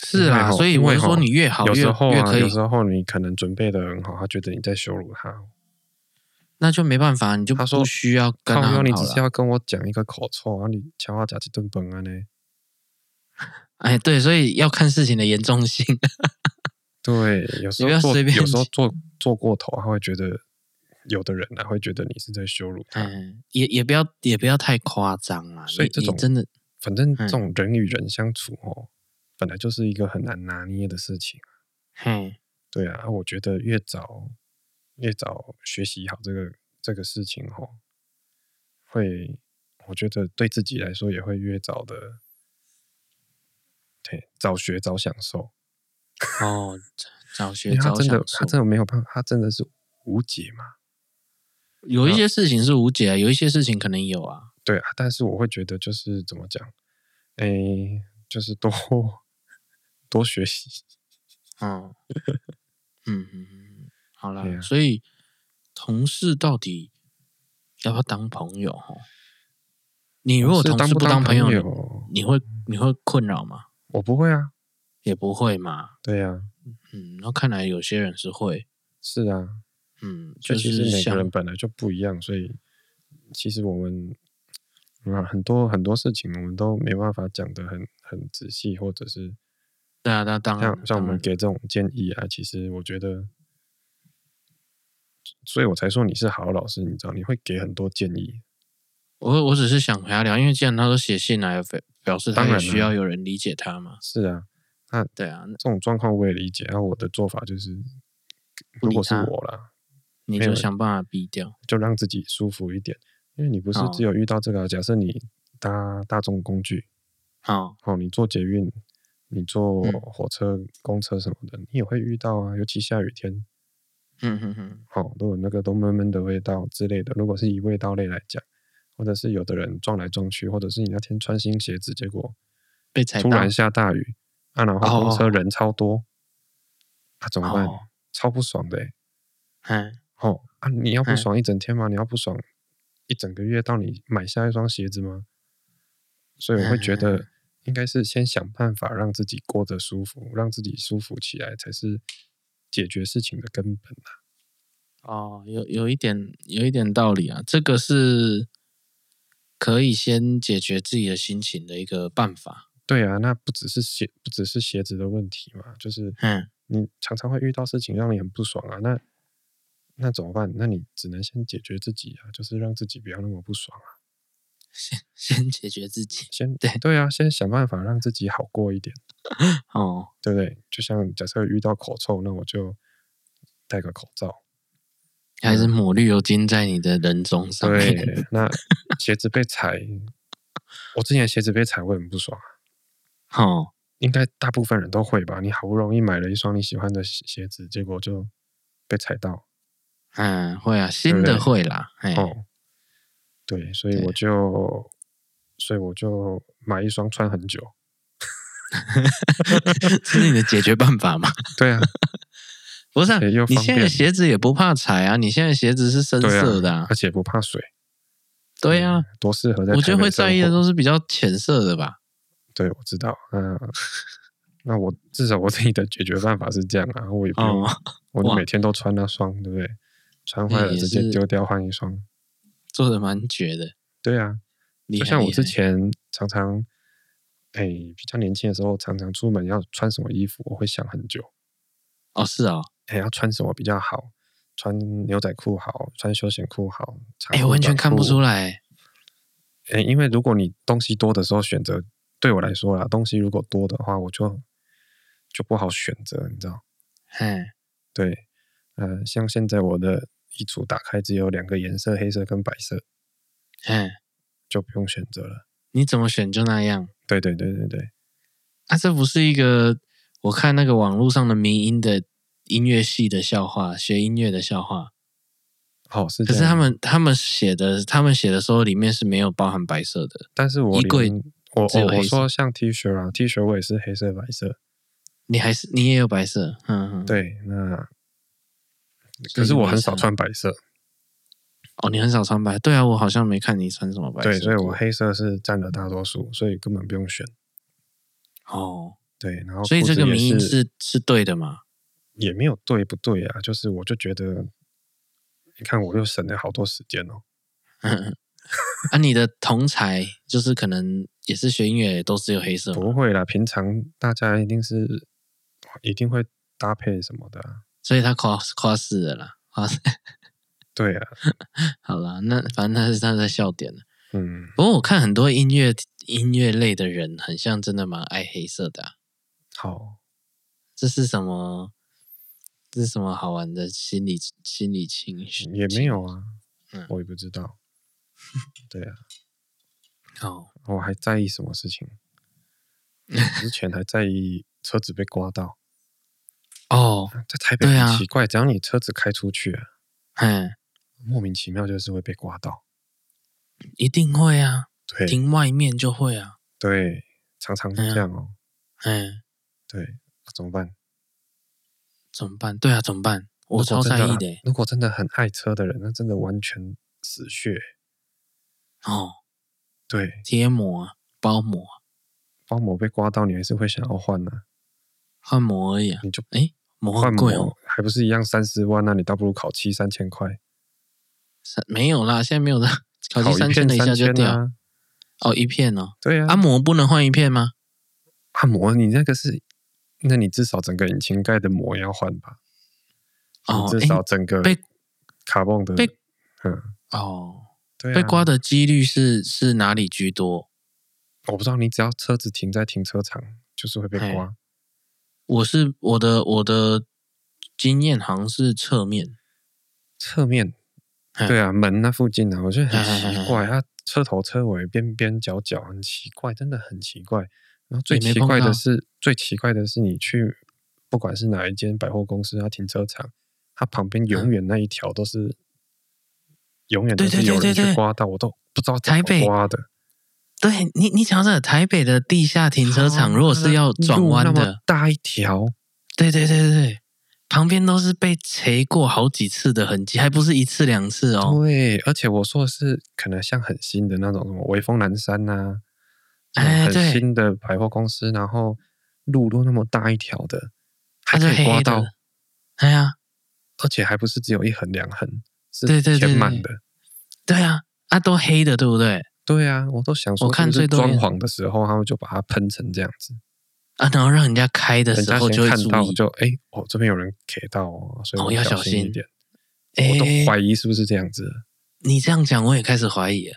[SPEAKER 2] 是
[SPEAKER 3] 因为
[SPEAKER 2] 啦，
[SPEAKER 3] 吼
[SPEAKER 2] 所以
[SPEAKER 3] 因
[SPEAKER 2] 我
[SPEAKER 3] 为
[SPEAKER 2] 就说
[SPEAKER 3] 吼
[SPEAKER 2] 你越好
[SPEAKER 3] 有
[SPEAKER 2] 越
[SPEAKER 3] 时候
[SPEAKER 2] 越
[SPEAKER 3] 啊，
[SPEAKER 2] 可以
[SPEAKER 3] 有，时候你可能准备的很好，他觉得你在羞辱他。
[SPEAKER 2] 那就没办法，你就
[SPEAKER 3] 他说
[SPEAKER 2] 不需要跟
[SPEAKER 3] 靠
[SPEAKER 2] 他
[SPEAKER 3] 腰，
[SPEAKER 2] 很
[SPEAKER 3] 你
[SPEAKER 2] 好
[SPEAKER 3] 只是
[SPEAKER 2] 了。
[SPEAKER 3] 要跟我讲一个口臭，然后你敲我夹几顿本啊呢？
[SPEAKER 2] 哎，对，所以要看事情的严重性。
[SPEAKER 3] 对，有时
[SPEAKER 2] 你不
[SPEAKER 3] 候
[SPEAKER 2] 要
[SPEAKER 3] 做
[SPEAKER 2] 随便
[SPEAKER 3] 有时候做做过头，他会觉得有的人啊会觉得你是在羞辱他。
[SPEAKER 2] 嗯， [laughs] 也也不要也不要太夸张啊。
[SPEAKER 3] 所以
[SPEAKER 2] 你
[SPEAKER 3] 这种
[SPEAKER 2] 你真的
[SPEAKER 3] 反正
[SPEAKER 2] 嗯
[SPEAKER 3] 这种人与人相处哦，本来就是一个很难拿捏的事情。啊
[SPEAKER 2] 嘿，
[SPEAKER 3] 对啊，啊我觉得越早越早学习好这个这个事情吼，会我觉得对自己来说也会越早的，对，早学早享受。
[SPEAKER 2] 哦，早
[SPEAKER 3] 因
[SPEAKER 2] 学
[SPEAKER 3] 为他
[SPEAKER 2] 早
[SPEAKER 3] 真的
[SPEAKER 2] 享
[SPEAKER 3] 他
[SPEAKER 2] 受。
[SPEAKER 3] 真的没有办法，他真的是无解嘛。
[SPEAKER 2] 有一些事情是无解啊，有一些事情可能有啊。
[SPEAKER 3] 对啊，但是我会觉得就是怎么讲，诶，就是多 [laughs] 多学习。 [laughs]
[SPEAKER 2] 嗯，嗯嗯嗯，好啦，
[SPEAKER 3] 对啊
[SPEAKER 2] 所以同事到底要不要当朋友？哦你如果
[SPEAKER 3] 是
[SPEAKER 2] 同
[SPEAKER 3] 当
[SPEAKER 2] 事
[SPEAKER 3] 不
[SPEAKER 2] 不当
[SPEAKER 3] 朋
[SPEAKER 2] 朋友，你
[SPEAKER 3] 友，
[SPEAKER 2] 你会你会困扰吗？
[SPEAKER 3] 我不会啊。
[SPEAKER 2] 也不会嘛。
[SPEAKER 3] 对呀、
[SPEAKER 2] 嗯，那看来有些人是会，
[SPEAKER 3] 是啊，
[SPEAKER 2] 嗯，
[SPEAKER 3] 就
[SPEAKER 2] 就
[SPEAKER 3] 其
[SPEAKER 2] 是
[SPEAKER 3] 实每
[SPEAKER 2] 像
[SPEAKER 3] 个人本来就不一样，所以其实我们啊很多很多事情我们都没办法讲得很很仔细，或者是
[SPEAKER 2] 对啊，那当然
[SPEAKER 3] 像像我
[SPEAKER 2] 当
[SPEAKER 3] 们
[SPEAKER 2] 然
[SPEAKER 3] 给这种建议啊，其实我觉得，所以我才说你是好老师，你知道你会给很多建议，
[SPEAKER 2] 我我只是想陪他聊，因为既然他都写信来，表表示他
[SPEAKER 3] 当然啊
[SPEAKER 2] 也
[SPEAKER 3] 啦
[SPEAKER 2] 需要有人理解他嘛。
[SPEAKER 3] 是啊，
[SPEAKER 2] 对啊，那
[SPEAKER 3] 这种状况我也理解，然后我的做法就是，
[SPEAKER 2] 不
[SPEAKER 3] 如
[SPEAKER 2] 理
[SPEAKER 3] 果是
[SPEAKER 2] 他
[SPEAKER 3] 我啦，
[SPEAKER 2] 你
[SPEAKER 3] 没有
[SPEAKER 2] 就想办法逼掉。
[SPEAKER 3] 就让自己舒服一点，因为你不是
[SPEAKER 2] 哦
[SPEAKER 3] 只有遇到这个啊，假设你搭大众工具。
[SPEAKER 2] 好，
[SPEAKER 3] 哦，你坐捷运，你坐
[SPEAKER 2] 嗯
[SPEAKER 3] 火车、公车什么的，你也会遇到啊。尤其下雨天，
[SPEAKER 2] 嗯哼哼，
[SPEAKER 3] 哦，都有那个都闷闷的味道之类的。如果是以味道类来讲，或者是有的人撞来撞去，或者是你那天穿新鞋子，结果
[SPEAKER 2] 被踩
[SPEAKER 3] 突
[SPEAKER 2] 到
[SPEAKER 3] 然下大雨，啊，然后公车人超多，啊，怎么办？
[SPEAKER 2] 哦
[SPEAKER 3] 超不爽的欸、
[SPEAKER 2] 嗯，
[SPEAKER 3] 哦，啊，你要不
[SPEAKER 2] 嗯
[SPEAKER 3] 爽一整天吗？你要不爽一整个月到你买下一双鞋子吗？所以我会觉
[SPEAKER 2] 嗯嗯
[SPEAKER 3] 得应该是先想办法让自己过得舒服，让自己舒服起来才是解决事情的根本啊。
[SPEAKER 2] 哦，有有一点有一点道理啊，这个是可以先解决自己的心情的一个办法。
[SPEAKER 3] 对啊，那不只是鞋，不只是鞋子的问题嘛，就是
[SPEAKER 2] 嗯，
[SPEAKER 3] 你常常会遇到事情让你很不爽啊，那那怎么办？那你只能先解决自己啊，就是让自己不要那么不爽啊，
[SPEAKER 2] 先 [laughs] 先解决自己。
[SPEAKER 3] 先
[SPEAKER 2] 对
[SPEAKER 3] 对啊，先想办法让自己好过一点。
[SPEAKER 2] 哦，
[SPEAKER 3] 对不对？就像假设遇到口臭，那我就戴个口罩。
[SPEAKER 2] 还是抹绿油精在你的人中上
[SPEAKER 3] 嗯对
[SPEAKER 2] 面。， [laughs]
[SPEAKER 3] 那鞋子被踩，我之前鞋子被踩，我很不爽啊。
[SPEAKER 2] 哦，
[SPEAKER 3] 应该大部分人都会吧？你好不容易买了一双你喜欢的鞋鞋子，结果就被踩到。
[SPEAKER 2] 嗯，会啊，新
[SPEAKER 3] 对不对
[SPEAKER 2] 的会啦。哎，
[SPEAKER 3] 哦，对，所以
[SPEAKER 2] 对啊
[SPEAKER 3] 我就，所以我就买一双穿很久。
[SPEAKER 2] 这是你的解决办
[SPEAKER 3] [laughs]
[SPEAKER 2] 法吗？
[SPEAKER 3] 对啊，
[SPEAKER 2] 不是啊、
[SPEAKER 3] 也又
[SPEAKER 2] 你
[SPEAKER 3] 方
[SPEAKER 2] 现在的
[SPEAKER 3] 便
[SPEAKER 2] 鞋子也不怕踩啊，你现在的鞋子是深
[SPEAKER 3] 对
[SPEAKER 2] 色
[SPEAKER 3] 啊，
[SPEAKER 2] 的、啊
[SPEAKER 3] 而，且不怕水。
[SPEAKER 2] [laughs] 对啊，
[SPEAKER 3] 多适合在
[SPEAKER 2] 我觉
[SPEAKER 3] 台
[SPEAKER 2] 得
[SPEAKER 3] 北
[SPEAKER 2] 会在意的
[SPEAKER 3] 生活
[SPEAKER 2] 都是比较浅色的吧。
[SPEAKER 3] 对，我知道。那 [laughs] 那我至少我自己的解决办法是这样啊，我也不用，
[SPEAKER 2] 哦，
[SPEAKER 3] 我就
[SPEAKER 2] 哇
[SPEAKER 3] 每天都穿那双，对不对？穿坏
[SPEAKER 2] 那
[SPEAKER 3] 了
[SPEAKER 2] 也
[SPEAKER 3] 直接
[SPEAKER 2] 是
[SPEAKER 3] 丢掉换一双。
[SPEAKER 2] [laughs] 做的蛮绝的，
[SPEAKER 3] 对啊，
[SPEAKER 2] 厉
[SPEAKER 3] 就
[SPEAKER 2] 害
[SPEAKER 3] 像我之，
[SPEAKER 2] 厉害
[SPEAKER 3] 前常常，哎，比较年轻的时候，常常出门要穿什么衣服，我会想很久，
[SPEAKER 2] 哦，是哦，
[SPEAKER 3] 哎，要穿什么比较好？穿牛仔裤好，穿休闲裤好，长
[SPEAKER 2] 哎，
[SPEAKER 3] 裤
[SPEAKER 2] 完全
[SPEAKER 3] 短
[SPEAKER 2] 看不
[SPEAKER 3] 裤
[SPEAKER 2] 出来，
[SPEAKER 3] 诶，因为如果你东西多的时候选择，对我来说啦，东西如果多的话，我就就不好选择，你知道？
[SPEAKER 2] 哎，
[SPEAKER 3] 对，呃，像现在我的衣橱打开只有两个颜色，黑色跟白色，
[SPEAKER 2] 哎，
[SPEAKER 3] 就不用选择了。
[SPEAKER 2] 你怎么选就那样
[SPEAKER 3] 对对对对对，
[SPEAKER 2] 啊？这不是一个我看那个网络上的迷音的音乐系的笑话，学音乐的笑话，
[SPEAKER 3] 哦，是这
[SPEAKER 2] 可是
[SPEAKER 3] 样
[SPEAKER 2] 他，们他们写的他们写的时候里面是没有包含白色的，
[SPEAKER 3] 但是我
[SPEAKER 2] 衣柜
[SPEAKER 3] 连我
[SPEAKER 2] 只有
[SPEAKER 3] 我
[SPEAKER 2] 黑
[SPEAKER 3] 我
[SPEAKER 2] 色嗯
[SPEAKER 3] 说像 T 恤啊，T 恤我也是黑色白色，
[SPEAKER 2] 你还是你也有白色，嗯，嗯，
[SPEAKER 3] 对，那
[SPEAKER 2] 所以
[SPEAKER 3] 可是我
[SPEAKER 2] 没
[SPEAKER 3] 很
[SPEAKER 2] 差
[SPEAKER 3] 少穿白色，
[SPEAKER 2] 哦，你很少穿白，对啊，我好像没看你穿什么白色，
[SPEAKER 3] 对，所以我黑色是占了大多数，所以根本不用选。
[SPEAKER 2] 哦，
[SPEAKER 3] 对，然后
[SPEAKER 2] 所以
[SPEAKER 3] 裤子
[SPEAKER 2] 这个
[SPEAKER 3] 也
[SPEAKER 2] 名义
[SPEAKER 3] 是
[SPEAKER 2] 是是对的嘛？ [laughs]
[SPEAKER 3] 也没有对不对啊，就是我就觉得，你看我又省了好多时间哦。
[SPEAKER 2] 啊，你的同才就是可能也是学音乐，都是有黑色嘛，
[SPEAKER 3] 不会啦，平常大家一定是一定会搭配什么的、啊。
[SPEAKER 2] 所以他夸夸死了啦。夸死
[SPEAKER 3] 对啊，
[SPEAKER 2] [laughs] 好啦，那反正他是他的笑点了。
[SPEAKER 3] 嗯，
[SPEAKER 2] 不过我看很多音乐音乐类的人，很像真的蛮爱黑色的、啊。
[SPEAKER 3] 好，
[SPEAKER 2] 这是什么？这是什么好玩的心理心理情绪？
[SPEAKER 3] 也没有啊
[SPEAKER 2] 嗯，
[SPEAKER 3] 我也不知道。 [laughs] 对啊，
[SPEAKER 2] 哦，
[SPEAKER 3] 我还在意什么事情？之前还在意车子被刮到，
[SPEAKER 2] 哦，
[SPEAKER 3] 在台北
[SPEAKER 2] 对
[SPEAKER 3] 很
[SPEAKER 2] 啊
[SPEAKER 3] 奇怪，只要你车子开出去、啊，
[SPEAKER 2] 嗯，
[SPEAKER 3] 莫名其妙就是会被刮到。
[SPEAKER 2] 一定会啊，
[SPEAKER 3] 对
[SPEAKER 2] 停外面就会啊，
[SPEAKER 3] 对，常常
[SPEAKER 2] 嗯
[SPEAKER 3] 这样哦。
[SPEAKER 2] 嗯，
[SPEAKER 3] 对，啊怎么办？
[SPEAKER 2] 怎么办？对啊，怎么办？我
[SPEAKER 3] 如果
[SPEAKER 2] 超
[SPEAKER 3] 真
[SPEAKER 2] 在意的
[SPEAKER 3] 很
[SPEAKER 2] 欸、
[SPEAKER 3] 如果真的很爱车的人，那真的完全死穴。
[SPEAKER 2] 哦，
[SPEAKER 3] 对，
[SPEAKER 2] 贴膜、啊、包膜、啊、
[SPEAKER 3] 包膜被刮到，你还是会想要换呢、
[SPEAKER 2] 换膜而已啊，
[SPEAKER 3] 你就
[SPEAKER 2] 哎，膜
[SPEAKER 3] 换
[SPEAKER 2] 很
[SPEAKER 3] 膜、
[SPEAKER 2] 贵哦，
[SPEAKER 3] 还不是一样三十万、啊那你倒不如烤漆三千块，
[SPEAKER 2] 三没有啦，现
[SPEAKER 3] [laughs]
[SPEAKER 2] 在没有的，烤
[SPEAKER 3] 烤
[SPEAKER 2] 鸡
[SPEAKER 3] 一
[SPEAKER 2] 三
[SPEAKER 3] 片
[SPEAKER 2] 千的一下
[SPEAKER 3] 三
[SPEAKER 2] 就
[SPEAKER 3] 千
[SPEAKER 2] 掉、
[SPEAKER 3] 啊。
[SPEAKER 2] 哦，一片哦，
[SPEAKER 3] 对啊，
[SPEAKER 2] 啊，膜不能换一片吗？
[SPEAKER 3] 按摩你那个是，那你至少整个引擎盖的膜要换吧？
[SPEAKER 2] 哦
[SPEAKER 3] 你，至
[SPEAKER 2] 哎
[SPEAKER 3] 少，整个
[SPEAKER 2] 被
[SPEAKER 3] 卡泵的
[SPEAKER 2] 被
[SPEAKER 3] 嗯，
[SPEAKER 2] 哦，
[SPEAKER 3] 对、啊，
[SPEAKER 2] 被刮的几率是是哪里居多？
[SPEAKER 3] 我不知道，你只要车子停在停车场，就是会被
[SPEAKER 2] 嘿
[SPEAKER 3] 刮。
[SPEAKER 2] 我是我的我的经验好像是侧面，
[SPEAKER 3] 侧面，
[SPEAKER 2] 嘿
[SPEAKER 3] 对啊，门那附近啊，我觉得很
[SPEAKER 2] 嘿嘿嘿
[SPEAKER 3] 奇怪，它车头车尾边边角角很奇怪，真的很奇怪。然后最
[SPEAKER 2] 也没
[SPEAKER 3] 奇
[SPEAKER 2] 碰
[SPEAKER 3] 怪
[SPEAKER 2] 到
[SPEAKER 3] 的是，最奇怪的是你去不管是哪一间百货公司，它停车场，它旁边永远那一条都是，永远都
[SPEAKER 2] 对
[SPEAKER 3] 是
[SPEAKER 2] 对对
[SPEAKER 3] 有人
[SPEAKER 2] 对
[SPEAKER 3] 去
[SPEAKER 2] 对
[SPEAKER 3] 刮到，我都不知道怎
[SPEAKER 2] 台北
[SPEAKER 3] 么刮的。
[SPEAKER 2] 对你你讲到这个台北的地下停车场，
[SPEAKER 3] 啊
[SPEAKER 2] 如果是要转弯
[SPEAKER 3] 路那么
[SPEAKER 2] 的，
[SPEAKER 3] 大一条，
[SPEAKER 2] 对对对对对，旁边都是被锤过好几次的痕迹，还不是一次两次哦。
[SPEAKER 3] 对，而且我说的是可能像很新的那种什么微风南山呐、那种
[SPEAKER 2] 哎对
[SPEAKER 3] 很新的百货公司，然后路都那么大一条的，还
[SPEAKER 2] 它是
[SPEAKER 3] 可以
[SPEAKER 2] 黑
[SPEAKER 3] 刮
[SPEAKER 2] 啊黑
[SPEAKER 3] 到，
[SPEAKER 2] 的，哎呀，
[SPEAKER 3] 而且还不是只有一横两横，是
[SPEAKER 2] 对对对
[SPEAKER 3] 填满
[SPEAKER 2] 对
[SPEAKER 3] 的。
[SPEAKER 2] 对啊，啊都黑的，对不对？
[SPEAKER 3] 对啊，我都想说，
[SPEAKER 2] 我看
[SPEAKER 3] 是
[SPEAKER 2] 最多
[SPEAKER 3] 装
[SPEAKER 2] 也
[SPEAKER 3] 潢的时候，他们就把它喷成这样子，
[SPEAKER 2] 啊，然后让人家开的
[SPEAKER 3] 人
[SPEAKER 2] 时
[SPEAKER 3] 家
[SPEAKER 2] 候就
[SPEAKER 3] 先
[SPEAKER 2] 会
[SPEAKER 3] 看
[SPEAKER 2] 注
[SPEAKER 3] 到
[SPEAKER 2] 意，
[SPEAKER 3] 就哎，哦这边有人 K 到哦，所以
[SPEAKER 2] 哦
[SPEAKER 3] 我
[SPEAKER 2] 要小
[SPEAKER 3] 心一
[SPEAKER 2] 心
[SPEAKER 3] 点。
[SPEAKER 2] 哎
[SPEAKER 3] 我都怀疑是不是这样子了，
[SPEAKER 2] 你这样讲，我也开始怀疑了，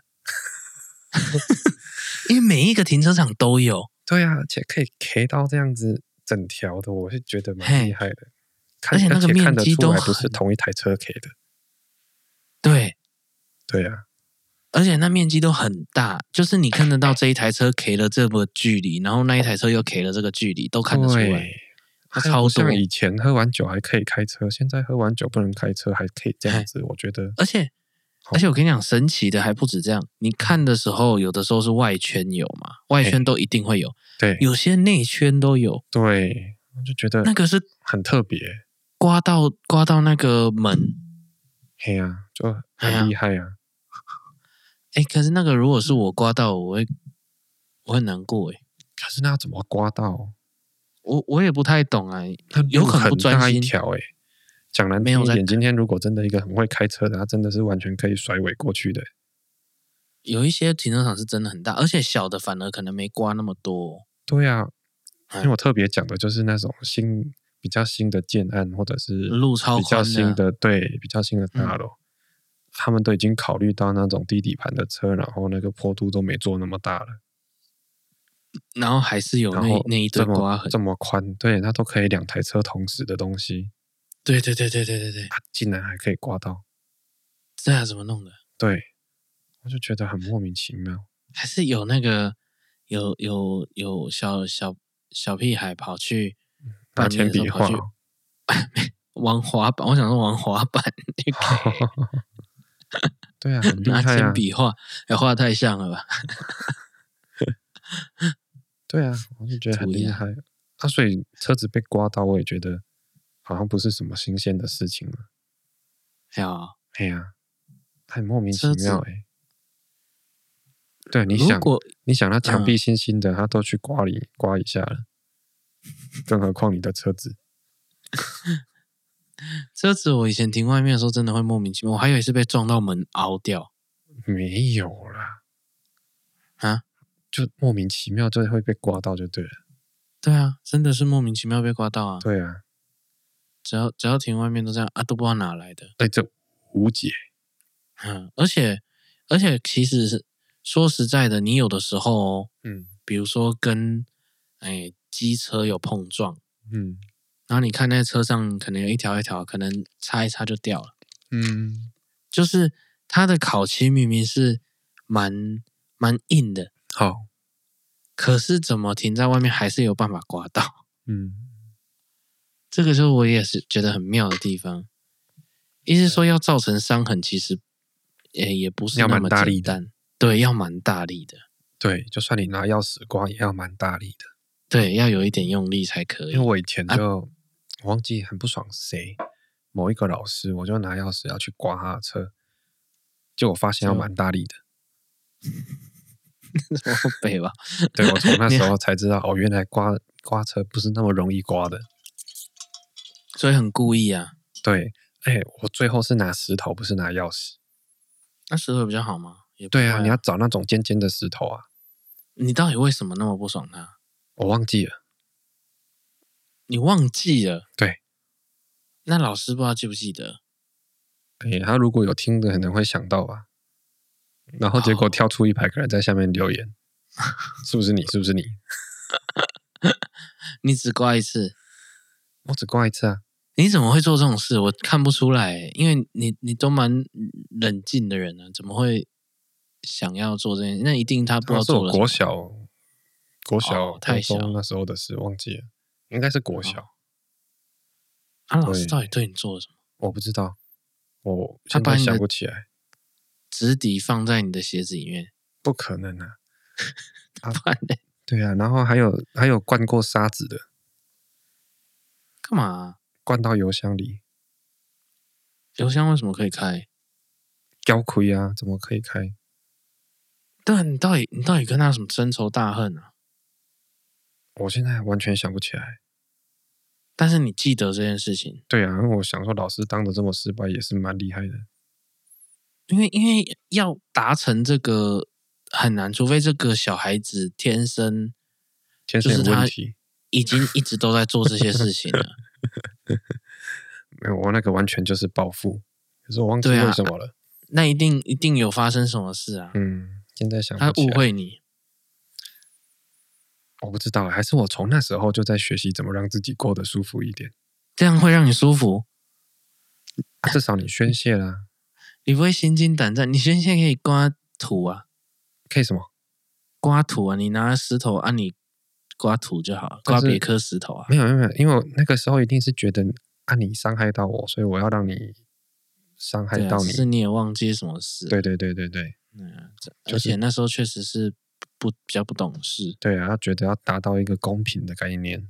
[SPEAKER 2] [laughs] 因为每一个停车场都有，
[SPEAKER 3] 对啊，而且可以 K 到这样子整条的，我是觉得蛮
[SPEAKER 2] 嘿
[SPEAKER 3] 厉害的。
[SPEAKER 2] 而
[SPEAKER 3] 看
[SPEAKER 2] 且那个
[SPEAKER 3] 看
[SPEAKER 2] 面
[SPEAKER 3] 得
[SPEAKER 2] 积
[SPEAKER 3] 出
[SPEAKER 2] 都
[SPEAKER 3] 来不是
[SPEAKER 2] 很
[SPEAKER 3] 同一台车 K 的。
[SPEAKER 2] 对，
[SPEAKER 3] 对啊，
[SPEAKER 2] 而且那面积都很大，就是你看得到这一台车 K 了这个距离，然后那一台车又 K 了这个距离，都看得出来。
[SPEAKER 3] 对。
[SPEAKER 2] 它
[SPEAKER 3] 还有不
[SPEAKER 2] 超
[SPEAKER 3] 像
[SPEAKER 2] 多
[SPEAKER 3] 以前喝完酒还可以开车，现在喝完酒不能开车，还可以这样
[SPEAKER 2] 嘿
[SPEAKER 3] 子，我觉得
[SPEAKER 2] 而且
[SPEAKER 3] 好
[SPEAKER 2] 而且我跟你讲，神奇的还不止这样，你看的时候，有的时候是外圈有嘛，外圈都一定会有，
[SPEAKER 3] 对
[SPEAKER 2] 有些内圈都有。
[SPEAKER 3] 对，我就觉得
[SPEAKER 2] 那个是
[SPEAKER 3] 很特别。
[SPEAKER 2] 刮到刮到那个门，
[SPEAKER 3] 嘿呀，就
[SPEAKER 2] 嘿啊
[SPEAKER 3] 很厉害啊！
[SPEAKER 2] 哎，可是那个如果是我刮到，我会我会难过哎，
[SPEAKER 3] 可是那要怎么刮到？
[SPEAKER 2] 我我也不太懂啊，
[SPEAKER 3] 那
[SPEAKER 2] 有
[SPEAKER 3] 路
[SPEAKER 2] 可能不
[SPEAKER 3] 很
[SPEAKER 2] 专
[SPEAKER 3] 大一
[SPEAKER 2] 心
[SPEAKER 3] 条哎。讲难
[SPEAKER 2] 没
[SPEAKER 3] 听
[SPEAKER 2] 有
[SPEAKER 3] 一
[SPEAKER 2] 在
[SPEAKER 3] 点，今天如果真的一个很会开车的，他真的是完全可以甩尾过去的欸。
[SPEAKER 2] 有一些停车场是真的很大，而且小的反而可能没刮那么多。
[SPEAKER 3] 对啊，因为
[SPEAKER 2] 嗯
[SPEAKER 3] 我特别讲的就是那种新比较新的建案，或者是
[SPEAKER 2] 路超
[SPEAKER 3] 比较
[SPEAKER 2] 宽的嗯
[SPEAKER 3] 新的对比较新的大楼，他们都已经考虑到那种低底盘的车，然后那个坡度都没做那么大了，
[SPEAKER 2] 然后还是有
[SPEAKER 3] 然
[SPEAKER 2] 那
[SPEAKER 3] 后
[SPEAKER 2] 那一堆
[SPEAKER 3] 这
[SPEAKER 2] 刮
[SPEAKER 3] 么
[SPEAKER 2] 痕。
[SPEAKER 3] 这么宽，对，那都可以两台车同时的东西，
[SPEAKER 2] 对对对对对对对，
[SPEAKER 3] 它竟然还可以刮到，
[SPEAKER 2] 这还怎么弄的？
[SPEAKER 3] 对，我就觉得很莫名其妙。
[SPEAKER 2] 还是有那个有有有小小小屁孩跑去
[SPEAKER 3] 拿
[SPEAKER 2] 半夜
[SPEAKER 3] 铅
[SPEAKER 2] 的时候
[SPEAKER 3] 笔哦
[SPEAKER 2] 跑
[SPEAKER 3] 画
[SPEAKER 2] 去玩滑板，我想说玩滑板，
[SPEAKER 3] 对啊，很厉
[SPEAKER 2] 拿
[SPEAKER 3] 害
[SPEAKER 2] 铅
[SPEAKER 3] 啊，
[SPEAKER 2] 笔画，哎，画太像了吧？
[SPEAKER 3] 对啊，我就觉得很
[SPEAKER 2] 不一
[SPEAKER 3] 厉
[SPEAKER 2] 样
[SPEAKER 3] 害啊。所以车子被刮到，我也觉得好像不是什么新鲜的事情了。
[SPEAKER 2] 还有，
[SPEAKER 3] 哎呀，很莫名其
[SPEAKER 2] 车子
[SPEAKER 3] 妙哎、对， [laughs] 啊你
[SPEAKER 2] 如
[SPEAKER 3] 想，
[SPEAKER 2] 果
[SPEAKER 3] 你想，它墙
[SPEAKER 2] 嗯
[SPEAKER 3] 壁新新的，它都去刮你刮一下
[SPEAKER 2] [laughs]
[SPEAKER 3] 了，更何况你的车子？
[SPEAKER 2] 车子我以前停外面的时候，真的会莫名其妙。我还有一次被撞到门凹掉，
[SPEAKER 3] 没有啦，
[SPEAKER 2] 啊，
[SPEAKER 3] 就莫名其妙就会被刮到就对了。
[SPEAKER 2] 对啊，真的是莫名其妙被刮到啊！
[SPEAKER 3] 对啊，
[SPEAKER 2] 只要只要停外面都这样啊，都不知道哪来的。
[SPEAKER 3] 哎，这无解。
[SPEAKER 2] 嗯，而且而且其实是说实在的，你有的时候、哦，
[SPEAKER 3] 嗯
[SPEAKER 2] 比如说跟哎机车有碰撞，
[SPEAKER 3] 嗯
[SPEAKER 2] 然后你看那车上可能有一条一条，可能擦一擦就掉了。
[SPEAKER 3] 嗯，
[SPEAKER 2] 就是它的烤漆明明是蛮蛮硬的，
[SPEAKER 3] 好，
[SPEAKER 2] 可是怎么停在外面还是有办法刮到？
[SPEAKER 3] 嗯，
[SPEAKER 2] 这个就是我也是觉得很妙的地方。意思说要造成伤痕，其实也也不是
[SPEAKER 3] 要
[SPEAKER 2] 那
[SPEAKER 3] 蛮
[SPEAKER 2] 么
[SPEAKER 3] 大力
[SPEAKER 2] 简
[SPEAKER 3] 的
[SPEAKER 2] 单，对，要蛮大力的，
[SPEAKER 3] 对，就算你拿钥匙刮，也要蛮大力的。
[SPEAKER 2] 对，要有一点用力才可以啊
[SPEAKER 3] 因为。
[SPEAKER 2] [laughs]
[SPEAKER 3] 我以前就、我忘记很不爽谁某一个老师，我就拿钥匙要去刮他的车，结果发现要
[SPEAKER 2] 就
[SPEAKER 3] 蛮大力的。
[SPEAKER 2] 北吧，
[SPEAKER 3] 对我从那
[SPEAKER 2] [laughs] 你
[SPEAKER 3] 时候才知道，哦，原来刮刮车不是那么容易刮的。
[SPEAKER 2] 所以很故意啊。
[SPEAKER 3] 对，哎、我最后是拿石头，不是拿钥匙。
[SPEAKER 2] 那石头比较好吗？也不
[SPEAKER 3] 对
[SPEAKER 2] 会
[SPEAKER 3] 啊，你要找那种尖尖的石头啊，
[SPEAKER 2] 你到底为什么那么不爽他？
[SPEAKER 3] 我忘记了。
[SPEAKER 2] 你忘记了？
[SPEAKER 3] 对，
[SPEAKER 2] 那老师不知道记不记得？
[SPEAKER 3] 哎、他如果有听的，可能会想到吧。然后结果
[SPEAKER 2] 哦
[SPEAKER 3] 跳出一排个人在下面留
[SPEAKER 2] [laughs]
[SPEAKER 3] 言，是不是你？是不是你？
[SPEAKER 2] 你只刮一次，
[SPEAKER 3] 我只刮一次啊。
[SPEAKER 2] 你怎么会做这种事？我看不出来，欸因为你你都蛮冷静的人呢、啊怎么会想要做这件事？那一定他不知道
[SPEAKER 3] 那是
[SPEAKER 2] 做
[SPEAKER 3] 我
[SPEAKER 2] 了
[SPEAKER 3] 啊国
[SPEAKER 2] 什
[SPEAKER 3] 小，国小、
[SPEAKER 2] 哦
[SPEAKER 3] 国
[SPEAKER 2] 太
[SPEAKER 3] 中
[SPEAKER 2] 小哦
[SPEAKER 3] 那时候的事，忘记了，应该是国小，
[SPEAKER 2] 么。啊，老师
[SPEAKER 3] 对
[SPEAKER 2] 到底对你做了什么？
[SPEAKER 3] 我不知道，我
[SPEAKER 2] 他
[SPEAKER 3] 现
[SPEAKER 2] 把
[SPEAKER 3] 在
[SPEAKER 2] 你的
[SPEAKER 3] 想不起来，
[SPEAKER 2] 直笛放在你的鞋子里面，
[SPEAKER 3] 不可能啊。啊
[SPEAKER 2] 不然嘞
[SPEAKER 3] 对啊，然后还有还有灌过沙子的，
[SPEAKER 2] 干嘛啊、
[SPEAKER 3] 灌到油箱里，
[SPEAKER 2] 邮箱为什么可以开？
[SPEAKER 3] 胶盔啊，怎么可以开？
[SPEAKER 2] 但你到底你到底跟他有什么深仇大恨啊？
[SPEAKER 3] 我现在完全想不起来。
[SPEAKER 2] 但是你记得这件事情，
[SPEAKER 3] 对啊，因为我想说，老师当的这么失败也是蛮厉害的。
[SPEAKER 2] 因为因为要达成这个很难，除非这个小孩子天生
[SPEAKER 3] 天生有
[SPEAKER 2] 就是他
[SPEAKER 3] 问题，
[SPEAKER 2] 已经一直都在做这些事情
[SPEAKER 3] [laughs]
[SPEAKER 2] 了。
[SPEAKER 3] 没有我那个完全就是报复，可是我忘记
[SPEAKER 2] 对啊
[SPEAKER 3] 为什么了。
[SPEAKER 2] 那一定一定有发生什么事啊？
[SPEAKER 3] 嗯，现在想
[SPEAKER 2] 他
[SPEAKER 3] 不起
[SPEAKER 2] 误
[SPEAKER 3] 来，
[SPEAKER 2] 会你，
[SPEAKER 3] 我不知道，还是我从那时候就在学习怎么让自己过得舒服一点。
[SPEAKER 2] 这样会让你舒服，
[SPEAKER 3] 啊至少你宣泄啦，
[SPEAKER 2] 你不会心惊胆战。你先现在可以刮土啊，
[SPEAKER 3] 可以什么？
[SPEAKER 2] 刮土啊，你拿石头啊，你刮土就好了，
[SPEAKER 3] 但
[SPEAKER 2] 刮
[SPEAKER 3] 是
[SPEAKER 2] 别颗石头啊。
[SPEAKER 3] 没有没有没有，因为我那个时候一定是觉得啊你伤害到我，所以我要让你伤害
[SPEAKER 2] 对啊，
[SPEAKER 3] 到你
[SPEAKER 2] 只。是你也忘记什么事。
[SPEAKER 3] 对对对对对
[SPEAKER 2] 嗯，这
[SPEAKER 3] 就
[SPEAKER 2] 而
[SPEAKER 3] 是
[SPEAKER 2] 且那时候确实是不比较不懂事
[SPEAKER 3] 对啊，要觉得要达到一个公平的概念。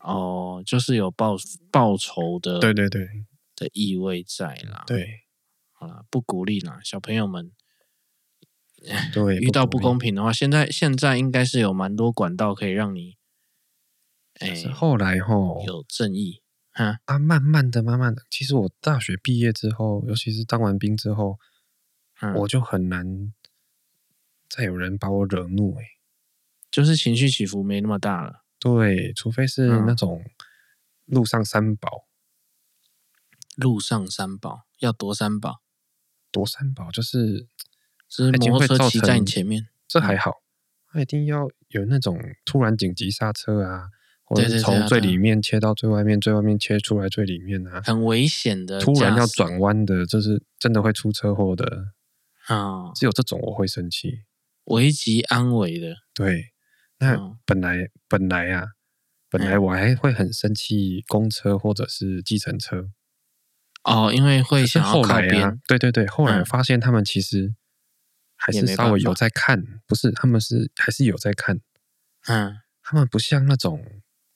[SPEAKER 2] 哦，就是有报报仇的
[SPEAKER 3] 对对对
[SPEAKER 2] 的意味在啦。，
[SPEAKER 3] 嗯对
[SPEAKER 2] 好啦，不鼓励啦，小朋友们
[SPEAKER 3] 对，
[SPEAKER 2] 遇到不
[SPEAKER 3] 公
[SPEAKER 2] 公平的话，现在现在应该是有蛮多管道可以让你，哎、
[SPEAKER 3] 是后哦来吼
[SPEAKER 2] 有正义哈。
[SPEAKER 3] 啊，慢慢的慢慢的，其实我大学毕业之后，尤其是当完兵之后，
[SPEAKER 2] 嗯、
[SPEAKER 3] 我就很难再有人把我惹怒哎、
[SPEAKER 2] 就是情绪起伏没那么大了。
[SPEAKER 3] 对，除非是
[SPEAKER 2] 嗯
[SPEAKER 3] 那种路上三宝。
[SPEAKER 2] 路上三宝要夺三宝，
[SPEAKER 3] 夺三宝就是
[SPEAKER 2] 就是
[SPEAKER 3] 它已经
[SPEAKER 2] 摩托
[SPEAKER 3] 会
[SPEAKER 2] 车
[SPEAKER 3] 造
[SPEAKER 2] 骑在你
[SPEAKER 3] 成
[SPEAKER 2] 前面，嗯
[SPEAKER 3] 这还好，他一定要有那种突然紧急刹车啊，或者
[SPEAKER 2] 对
[SPEAKER 3] 是
[SPEAKER 2] 对对
[SPEAKER 3] 从
[SPEAKER 2] 啊
[SPEAKER 3] 最
[SPEAKER 2] 对啊
[SPEAKER 3] 里面切到最外面，最外面切出来最里面啊，
[SPEAKER 2] 很危险呃的驾驶。
[SPEAKER 3] 突然要转弯的，就是真的会出车祸的，
[SPEAKER 2] 啊，
[SPEAKER 3] 只有这种我会生气。
[SPEAKER 2] 危及安危的。
[SPEAKER 3] 对，那
[SPEAKER 2] 嗯
[SPEAKER 3] 本来本来啊，本来
[SPEAKER 2] 嗯
[SPEAKER 3] 我还会很生气公车或者是计程车，
[SPEAKER 2] 哦，因为会
[SPEAKER 3] 可是
[SPEAKER 2] 想要
[SPEAKER 3] 后
[SPEAKER 2] 靠
[SPEAKER 3] 来
[SPEAKER 2] 边、
[SPEAKER 3] 啊，对对对，后来
[SPEAKER 2] 嗯
[SPEAKER 3] 发现他们其实还
[SPEAKER 2] 也
[SPEAKER 3] 是
[SPEAKER 2] 没
[SPEAKER 3] 稍微
[SPEAKER 2] 办法
[SPEAKER 3] 有在看，不是他们是还是有在看，
[SPEAKER 2] 嗯，
[SPEAKER 3] 他们不像那种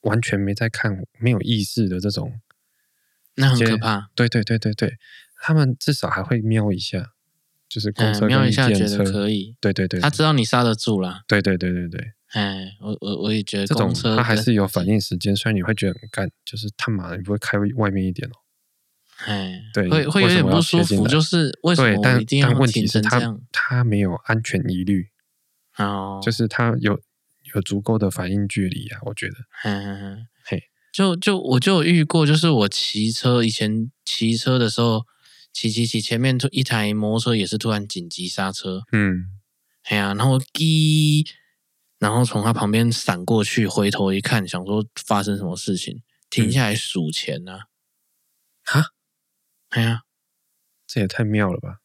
[SPEAKER 3] 完全没在看、没有意识的这种。
[SPEAKER 2] 那很
[SPEAKER 3] 接
[SPEAKER 2] 可怕。
[SPEAKER 3] 对对对对对，他们至少还会瞄一下，就是公车
[SPEAKER 2] 嗯，瞄
[SPEAKER 3] 跟
[SPEAKER 2] 一下觉
[SPEAKER 3] 电
[SPEAKER 2] 得
[SPEAKER 3] 车。
[SPEAKER 2] 可以，
[SPEAKER 3] 对对对，
[SPEAKER 2] 他知道你刹得住啦。
[SPEAKER 3] 对对对对对，
[SPEAKER 2] 哎，我我我也觉
[SPEAKER 3] 这
[SPEAKER 2] 得
[SPEAKER 3] 种
[SPEAKER 2] 公车
[SPEAKER 3] 他还
[SPEAKER 2] 跟
[SPEAKER 3] 是有反应时间，虽然你会觉得很干，就是他妈的你不会开外面一点哦。
[SPEAKER 2] 哎，
[SPEAKER 3] 对
[SPEAKER 2] 会
[SPEAKER 3] 为
[SPEAKER 2] 会有
[SPEAKER 3] 什
[SPEAKER 2] 点
[SPEAKER 3] 么要
[SPEAKER 2] 不
[SPEAKER 3] 切
[SPEAKER 2] 舒
[SPEAKER 3] 进
[SPEAKER 2] 服，
[SPEAKER 3] 来
[SPEAKER 2] 就是为什
[SPEAKER 3] 对
[SPEAKER 2] 么，我
[SPEAKER 3] 但
[SPEAKER 2] 一定
[SPEAKER 3] 但
[SPEAKER 2] 要
[SPEAKER 3] 问题
[SPEAKER 2] 停
[SPEAKER 3] 是
[SPEAKER 2] 成这
[SPEAKER 3] 他
[SPEAKER 2] 样？
[SPEAKER 3] 他没有安全疑虑，
[SPEAKER 2] 哦，
[SPEAKER 3] 就是他有有足够的反应距离啊，我觉得。
[SPEAKER 2] 嗯，
[SPEAKER 3] 嘿
[SPEAKER 2] 就就我就有遇过，就是我骑车以前骑车的时候，骑骑骑前面突一台摩托车也是突然紧急刹车，
[SPEAKER 3] 嗯，
[SPEAKER 2] 哎呀、然后滴，然后从他旁边闪过去，回头一看，想说发生什么事情，停下来数钱呐、啊，
[SPEAKER 3] 嗯哈，
[SPEAKER 2] 哎呀、
[SPEAKER 3] 这也太妙了吧！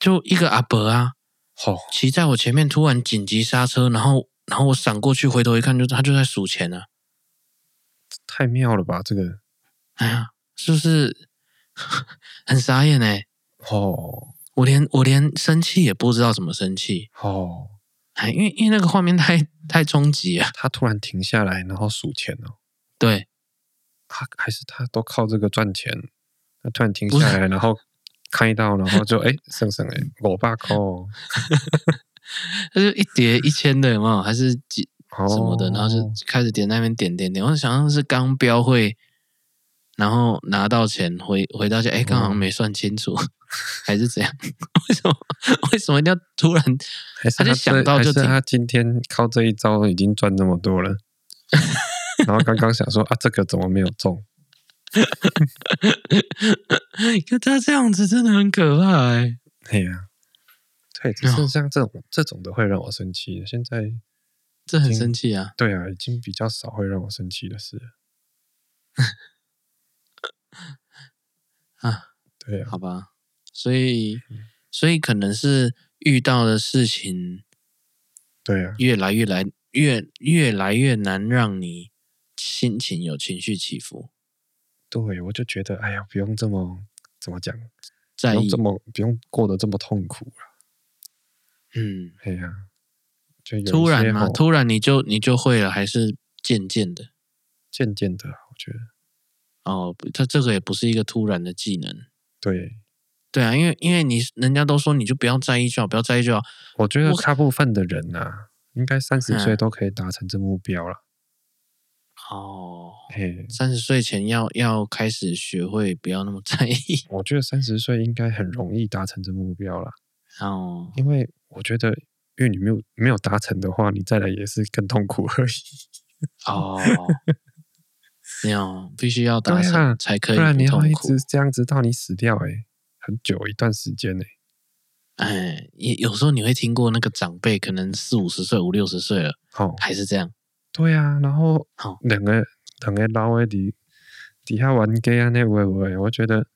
[SPEAKER 2] 就一个阿伯啊，
[SPEAKER 3] 吼、
[SPEAKER 2] 骑在我前面突然紧急刹车，然后然后我闪过去，回头一看就他就在数钱啊，
[SPEAKER 3] 太妙了吧！这个
[SPEAKER 2] 哎呀，是不是 [laughs] 很傻眼哎、
[SPEAKER 3] 哦
[SPEAKER 2] 我连我连生气也不知道怎么生气，
[SPEAKER 3] 哦，
[SPEAKER 2] 哎，因为因为那个画面太太冲击了。
[SPEAKER 3] 他突然停下来，然后数钱哦，
[SPEAKER 2] 对，
[SPEAKER 3] 他还是他都靠这个赚钱，他突然停
[SPEAKER 2] 不是
[SPEAKER 3] 下来，然后开到，然
[SPEAKER 2] [laughs]
[SPEAKER 3] 后就哎，省省哎，五百块哦，
[SPEAKER 2] 它就一叠一千的有没有？还是几
[SPEAKER 3] 哦
[SPEAKER 2] 什么的？然后就开始点那边点点点。我想象是刚标会，然后拿到钱回回到家，哎，刚好像没算清楚， [laughs] 还是怎样？ [laughs] 为什么为什么一定要突然？
[SPEAKER 3] 还是
[SPEAKER 2] 他就
[SPEAKER 3] 这
[SPEAKER 2] 想到
[SPEAKER 3] 还是
[SPEAKER 2] 就停
[SPEAKER 3] 他今天靠这一招已经赚那么多
[SPEAKER 2] [laughs]
[SPEAKER 3] 了，然后刚刚想说啊，这个怎么没有中？
[SPEAKER 2] 哎可他这样子真的很可怕哎、
[SPEAKER 3] 哎呀、对，
[SPEAKER 2] 啊
[SPEAKER 3] 只是像这种这种的会让我生气。现在
[SPEAKER 2] 这很生气啊！
[SPEAKER 3] 对啊，已经比较少会让我生气的事了。
[SPEAKER 2] 啊，
[SPEAKER 3] 对啊，
[SPEAKER 2] 好吧，所以
[SPEAKER 3] 嗯
[SPEAKER 2] 所以可能是遇到的事情
[SPEAKER 3] 对啊，
[SPEAKER 2] 越来越来越越来越难让你心情有情绪起伏，
[SPEAKER 3] 对，我就觉得，哎呀，不用这么怎么讲，不
[SPEAKER 2] 在
[SPEAKER 3] 用
[SPEAKER 2] 意
[SPEAKER 3] 这，么不用过得这么痛苦了。
[SPEAKER 2] 嗯，
[SPEAKER 3] 哎呀、就有一
[SPEAKER 2] 突
[SPEAKER 3] 些
[SPEAKER 2] 然嘛，
[SPEAKER 3] 吼
[SPEAKER 2] 突然你就你就会了，还是渐渐的
[SPEAKER 3] 渐渐的，我觉得
[SPEAKER 2] 哦，不它这个也不是一个突然的技能，
[SPEAKER 3] 对，
[SPEAKER 2] 对啊，因为因为你人家都说你就不要在意就好，不要在意就好，
[SPEAKER 3] 我觉得
[SPEAKER 2] 我
[SPEAKER 3] 大部分的人呐、啊，应该三十岁
[SPEAKER 2] 嗯
[SPEAKER 3] 都可以达成这目标了。
[SPEAKER 2] 哦，
[SPEAKER 3] 嘿，
[SPEAKER 2] 三十岁前要要开始学会不要那么在意， [laughs]
[SPEAKER 3] 我觉得三十岁应该很容易达成这目标了，
[SPEAKER 2] 哦，
[SPEAKER 3] 因为我觉得，因为你没有没有达成的话，你再来也是更痛苦而已。
[SPEAKER 2] 哦，没有，必须要达
[SPEAKER 3] 对
[SPEAKER 2] 成、
[SPEAKER 3] 啊
[SPEAKER 2] 才可
[SPEAKER 3] 不
[SPEAKER 2] 以
[SPEAKER 3] 然你要
[SPEAKER 2] 痛
[SPEAKER 3] 一
[SPEAKER 2] 苦
[SPEAKER 3] 直。这样子到你死掉、欸，哎，很久一段时间呢、欸。
[SPEAKER 2] 哎，也有时候你会听过那个长辈可能四五十岁、五六十岁了，
[SPEAKER 3] 好、
[SPEAKER 2] 还是这样。
[SPEAKER 3] 对啊，然后
[SPEAKER 2] 好
[SPEAKER 3] 两个两个老的底底下玩 gay 啊那喂喂，我觉得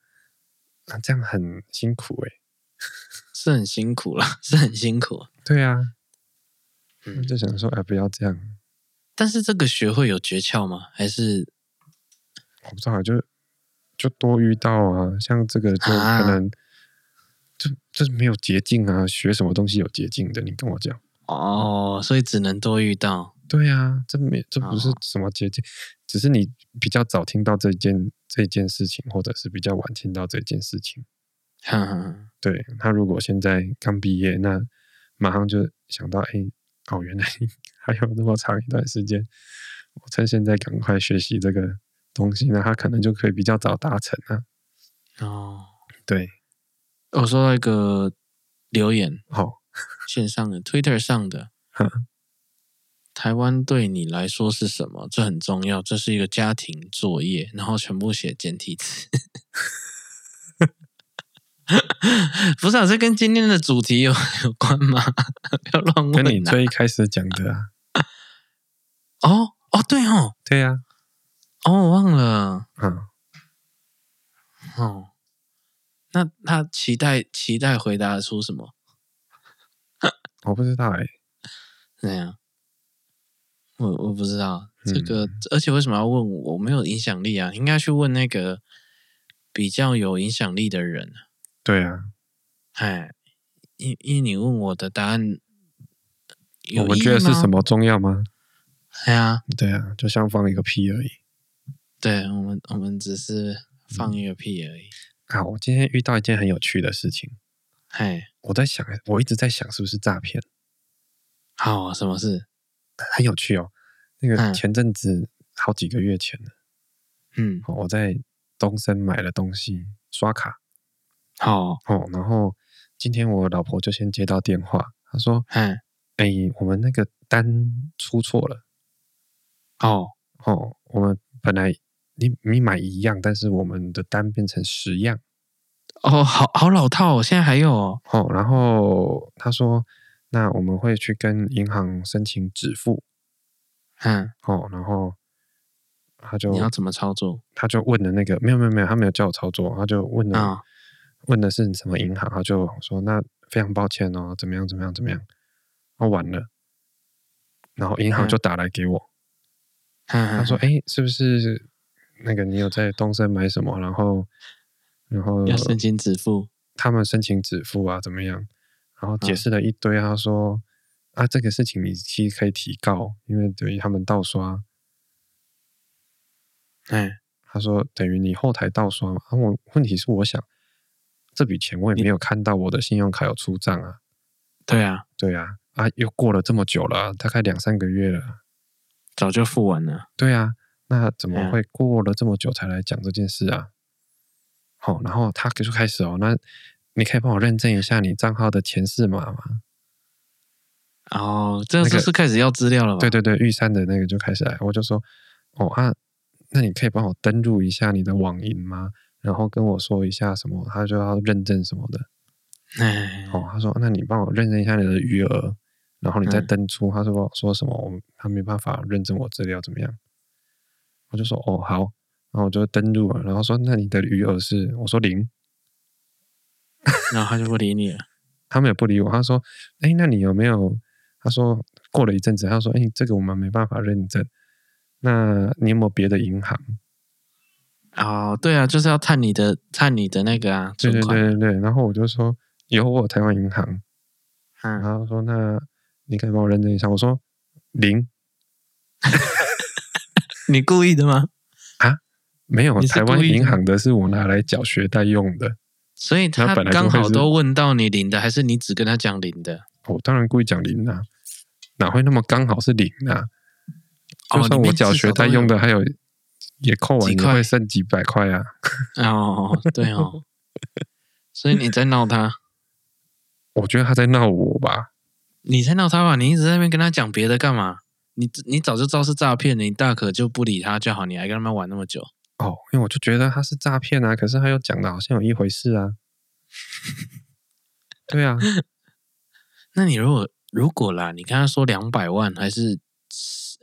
[SPEAKER 3] 啊这样很辛苦欸诶、
[SPEAKER 2] 是很辛苦了， [laughs] 是很辛苦。
[SPEAKER 3] 对啊，我
[SPEAKER 2] 嗯，
[SPEAKER 3] 就想说，哎、不要这样，
[SPEAKER 2] 但是这个学会有诀窍吗？还是
[SPEAKER 3] 我不知道，就就多遇到啊，像这个就
[SPEAKER 2] 啊
[SPEAKER 3] 可能、就就是没有捷径啊，学什么东西有捷径的？你跟我讲。
[SPEAKER 2] 哦，所以只能多遇到
[SPEAKER 3] 对啊，这没这不是
[SPEAKER 2] 哦
[SPEAKER 3] 什么捷径，只是你比较早听到这件这件事情，或者是比较晚听到这件事情。
[SPEAKER 2] 哈哈
[SPEAKER 3] 对他如果现在刚毕业，那马上就想到，哎，哦，原来 [laughs] 还有那么长一段时间，我趁现在赶快学习这个东西，那他可能就可以比较早达成啊。
[SPEAKER 2] 哦。
[SPEAKER 3] 对，
[SPEAKER 2] 我收到一个留言，
[SPEAKER 3] 好、
[SPEAKER 2] 线上的 Twitter 上的
[SPEAKER 3] 哼，
[SPEAKER 2] 台湾对你来说是什么？这很重要，这是一个家庭作业，然后全部写简体字。 [laughs] 不是啊，这跟今天的主题有 [laughs] 有关吗？不要乱
[SPEAKER 3] 跟你
[SPEAKER 2] 问、啊。
[SPEAKER 3] 最一开始讲的啊，
[SPEAKER 2] 哦哦，对哦，
[SPEAKER 3] 对呀、
[SPEAKER 2] 哦，我忘了
[SPEAKER 3] 啊，嗯，
[SPEAKER 2] 哦。那他期待期待回答出什么？
[SPEAKER 3] 我不知道哎、
[SPEAKER 2] 怎样？啊我我不知道
[SPEAKER 3] 嗯
[SPEAKER 2] 这个，而且为什么要问我？我没有影响力啊，应该去问那个比较有影响力的人，
[SPEAKER 3] 对啊，
[SPEAKER 2] 哎，因因为你问我的答案，有
[SPEAKER 3] 我们
[SPEAKER 2] 意义
[SPEAKER 3] 觉得是
[SPEAKER 2] 吗
[SPEAKER 3] 什？么重要吗？
[SPEAKER 2] 哎呀，
[SPEAKER 3] 对啊，就像放一个屁而已。
[SPEAKER 2] 对我们我们只是放
[SPEAKER 3] 嗯
[SPEAKER 2] 一个屁而已。
[SPEAKER 3] 啊，我今天遇到一件很有趣的事情，
[SPEAKER 2] 嘿，
[SPEAKER 3] 我在想，我一直在想是不是诈骗，
[SPEAKER 2] 好，啊什么事？
[SPEAKER 3] 很有趣哦。那个
[SPEAKER 2] 嗯
[SPEAKER 3] 前阵子好几个月前了，
[SPEAKER 2] 嗯，
[SPEAKER 3] 哦我在东森买了东西，刷卡
[SPEAKER 2] 好，
[SPEAKER 3] 哦，然后今天我老婆就先接到电话，她说
[SPEAKER 2] 嘿，：“
[SPEAKER 3] 哎、我们那个单出错了
[SPEAKER 2] 哦，
[SPEAKER 3] 哦，我们本来你你买一样，但是我们的单变成十样。”
[SPEAKER 2] 哦，好好老套、哦，现在还有哦。
[SPEAKER 3] 哦，然后他说，那我们会去跟银行申请止付
[SPEAKER 2] 嗯，
[SPEAKER 3] 哦，然后他就
[SPEAKER 2] 你要怎么操作
[SPEAKER 3] 他就问了那个没有没有没有，他没有叫我操作，他就问了、
[SPEAKER 2] 啊？
[SPEAKER 3] 问的是什么银行，他就说那非常抱歉哦，怎么样怎么样怎么样，哦完了，然后银行
[SPEAKER 2] 嗯
[SPEAKER 3] 就打来给我，
[SPEAKER 2] 他
[SPEAKER 3] 他说哎、是不是那个你有在东升买什么，然后然后
[SPEAKER 2] 要申请止付。
[SPEAKER 3] 他们申请止付啊，怎么样？然后解
[SPEAKER 2] 嗯
[SPEAKER 3] 释了一堆啊，他说啊，这个事情你其实可以提告，因为等于他们盗刷。嗯
[SPEAKER 2] 哎，
[SPEAKER 3] 他说等于你后台盗刷嘛。啊、我问题是我想这笔钱我也
[SPEAKER 2] 你
[SPEAKER 3] 没有看到我的信用卡有出账啊，
[SPEAKER 2] 对啊，
[SPEAKER 3] 对啊，啊又过了这么久了啊、大概两三个月了啊，
[SPEAKER 2] 早就付完了。
[SPEAKER 3] 对啊，那怎么
[SPEAKER 2] 嗯
[SPEAKER 3] 会过了这么久才来讲这件事啊？好、然后他就开始哦，那你可以帮我认证一下你账号的前四码吗？
[SPEAKER 2] 哦，这
[SPEAKER 3] 那个
[SPEAKER 2] 这是开始要资料了吧？
[SPEAKER 3] 对，对对，玉山的那个就开始来，我就说，哦啊，那你可以帮我登录一下你的网银吗？然后跟我说一下什么，他就要认证什么的。
[SPEAKER 2] 哎，
[SPEAKER 3] 哦，他说，那你帮我认证一下你的余额，然后你再
[SPEAKER 2] 嗯
[SPEAKER 3] 登出。他说说什么，我他没办法认证我资料怎么样？我就说，哦好，然后我就登录了，然后说，那你的余额是？我说零，
[SPEAKER 2] 然后他就不理你了。
[SPEAKER 3] 他们也不理我。他说：“哎，那你有没有？”他说：“过了一阵子，他说：‘哎，这个我们没办法认证。那你有没有别的银行
[SPEAKER 2] 哦，对啊，就是要探你的探你的那个啊？’
[SPEAKER 3] 对
[SPEAKER 2] 存
[SPEAKER 3] 对
[SPEAKER 2] 款。
[SPEAKER 3] 对对对。然后我就说：‘有，我有台湾银行。’然
[SPEAKER 2] 嗯，
[SPEAKER 3] 后他说：‘那你可以帮我认证一下。’我说：‘零
[SPEAKER 2] 你故意的吗？
[SPEAKER 3] 没有，
[SPEAKER 2] 你是
[SPEAKER 3] 台湾
[SPEAKER 2] 故意的
[SPEAKER 3] 银行的是我拿来缴学贷用的。
[SPEAKER 2] 所以
[SPEAKER 3] 那
[SPEAKER 2] 他
[SPEAKER 3] 本来就
[SPEAKER 2] 刚
[SPEAKER 3] 会
[SPEAKER 2] 好
[SPEAKER 3] 是
[SPEAKER 2] 都问到你零的，还是你只跟他讲零的？
[SPEAKER 3] 我哦当然故意讲零啊，哪会那么刚好是零啊？就
[SPEAKER 2] 哦
[SPEAKER 3] 算
[SPEAKER 2] 里
[SPEAKER 3] 我
[SPEAKER 2] 面
[SPEAKER 3] 缴
[SPEAKER 2] 至
[SPEAKER 3] 学
[SPEAKER 2] 少
[SPEAKER 3] 贷
[SPEAKER 2] 都
[SPEAKER 3] 用
[SPEAKER 2] 有
[SPEAKER 3] 的，还有也扣完
[SPEAKER 2] 几
[SPEAKER 3] 也
[SPEAKER 2] 块
[SPEAKER 3] 会剩几百块啊。”
[SPEAKER 2] 哦，对
[SPEAKER 3] [laughs]
[SPEAKER 2] 哦，所以你在闹他，
[SPEAKER 3] 我觉得他在闹我吧。
[SPEAKER 2] 你在闹他吧？你一直在那边跟他讲别的干嘛？你你早就知道是诈骗了，你大可就不理他就好，你还跟他们玩那么久？
[SPEAKER 3] 哦，因为我就觉得他是诈骗啊，可是他又讲的好像有一回事
[SPEAKER 2] [laughs]
[SPEAKER 3] 啊。对啊，
[SPEAKER 2] 那你如果如果啦，你跟他说两百万还是，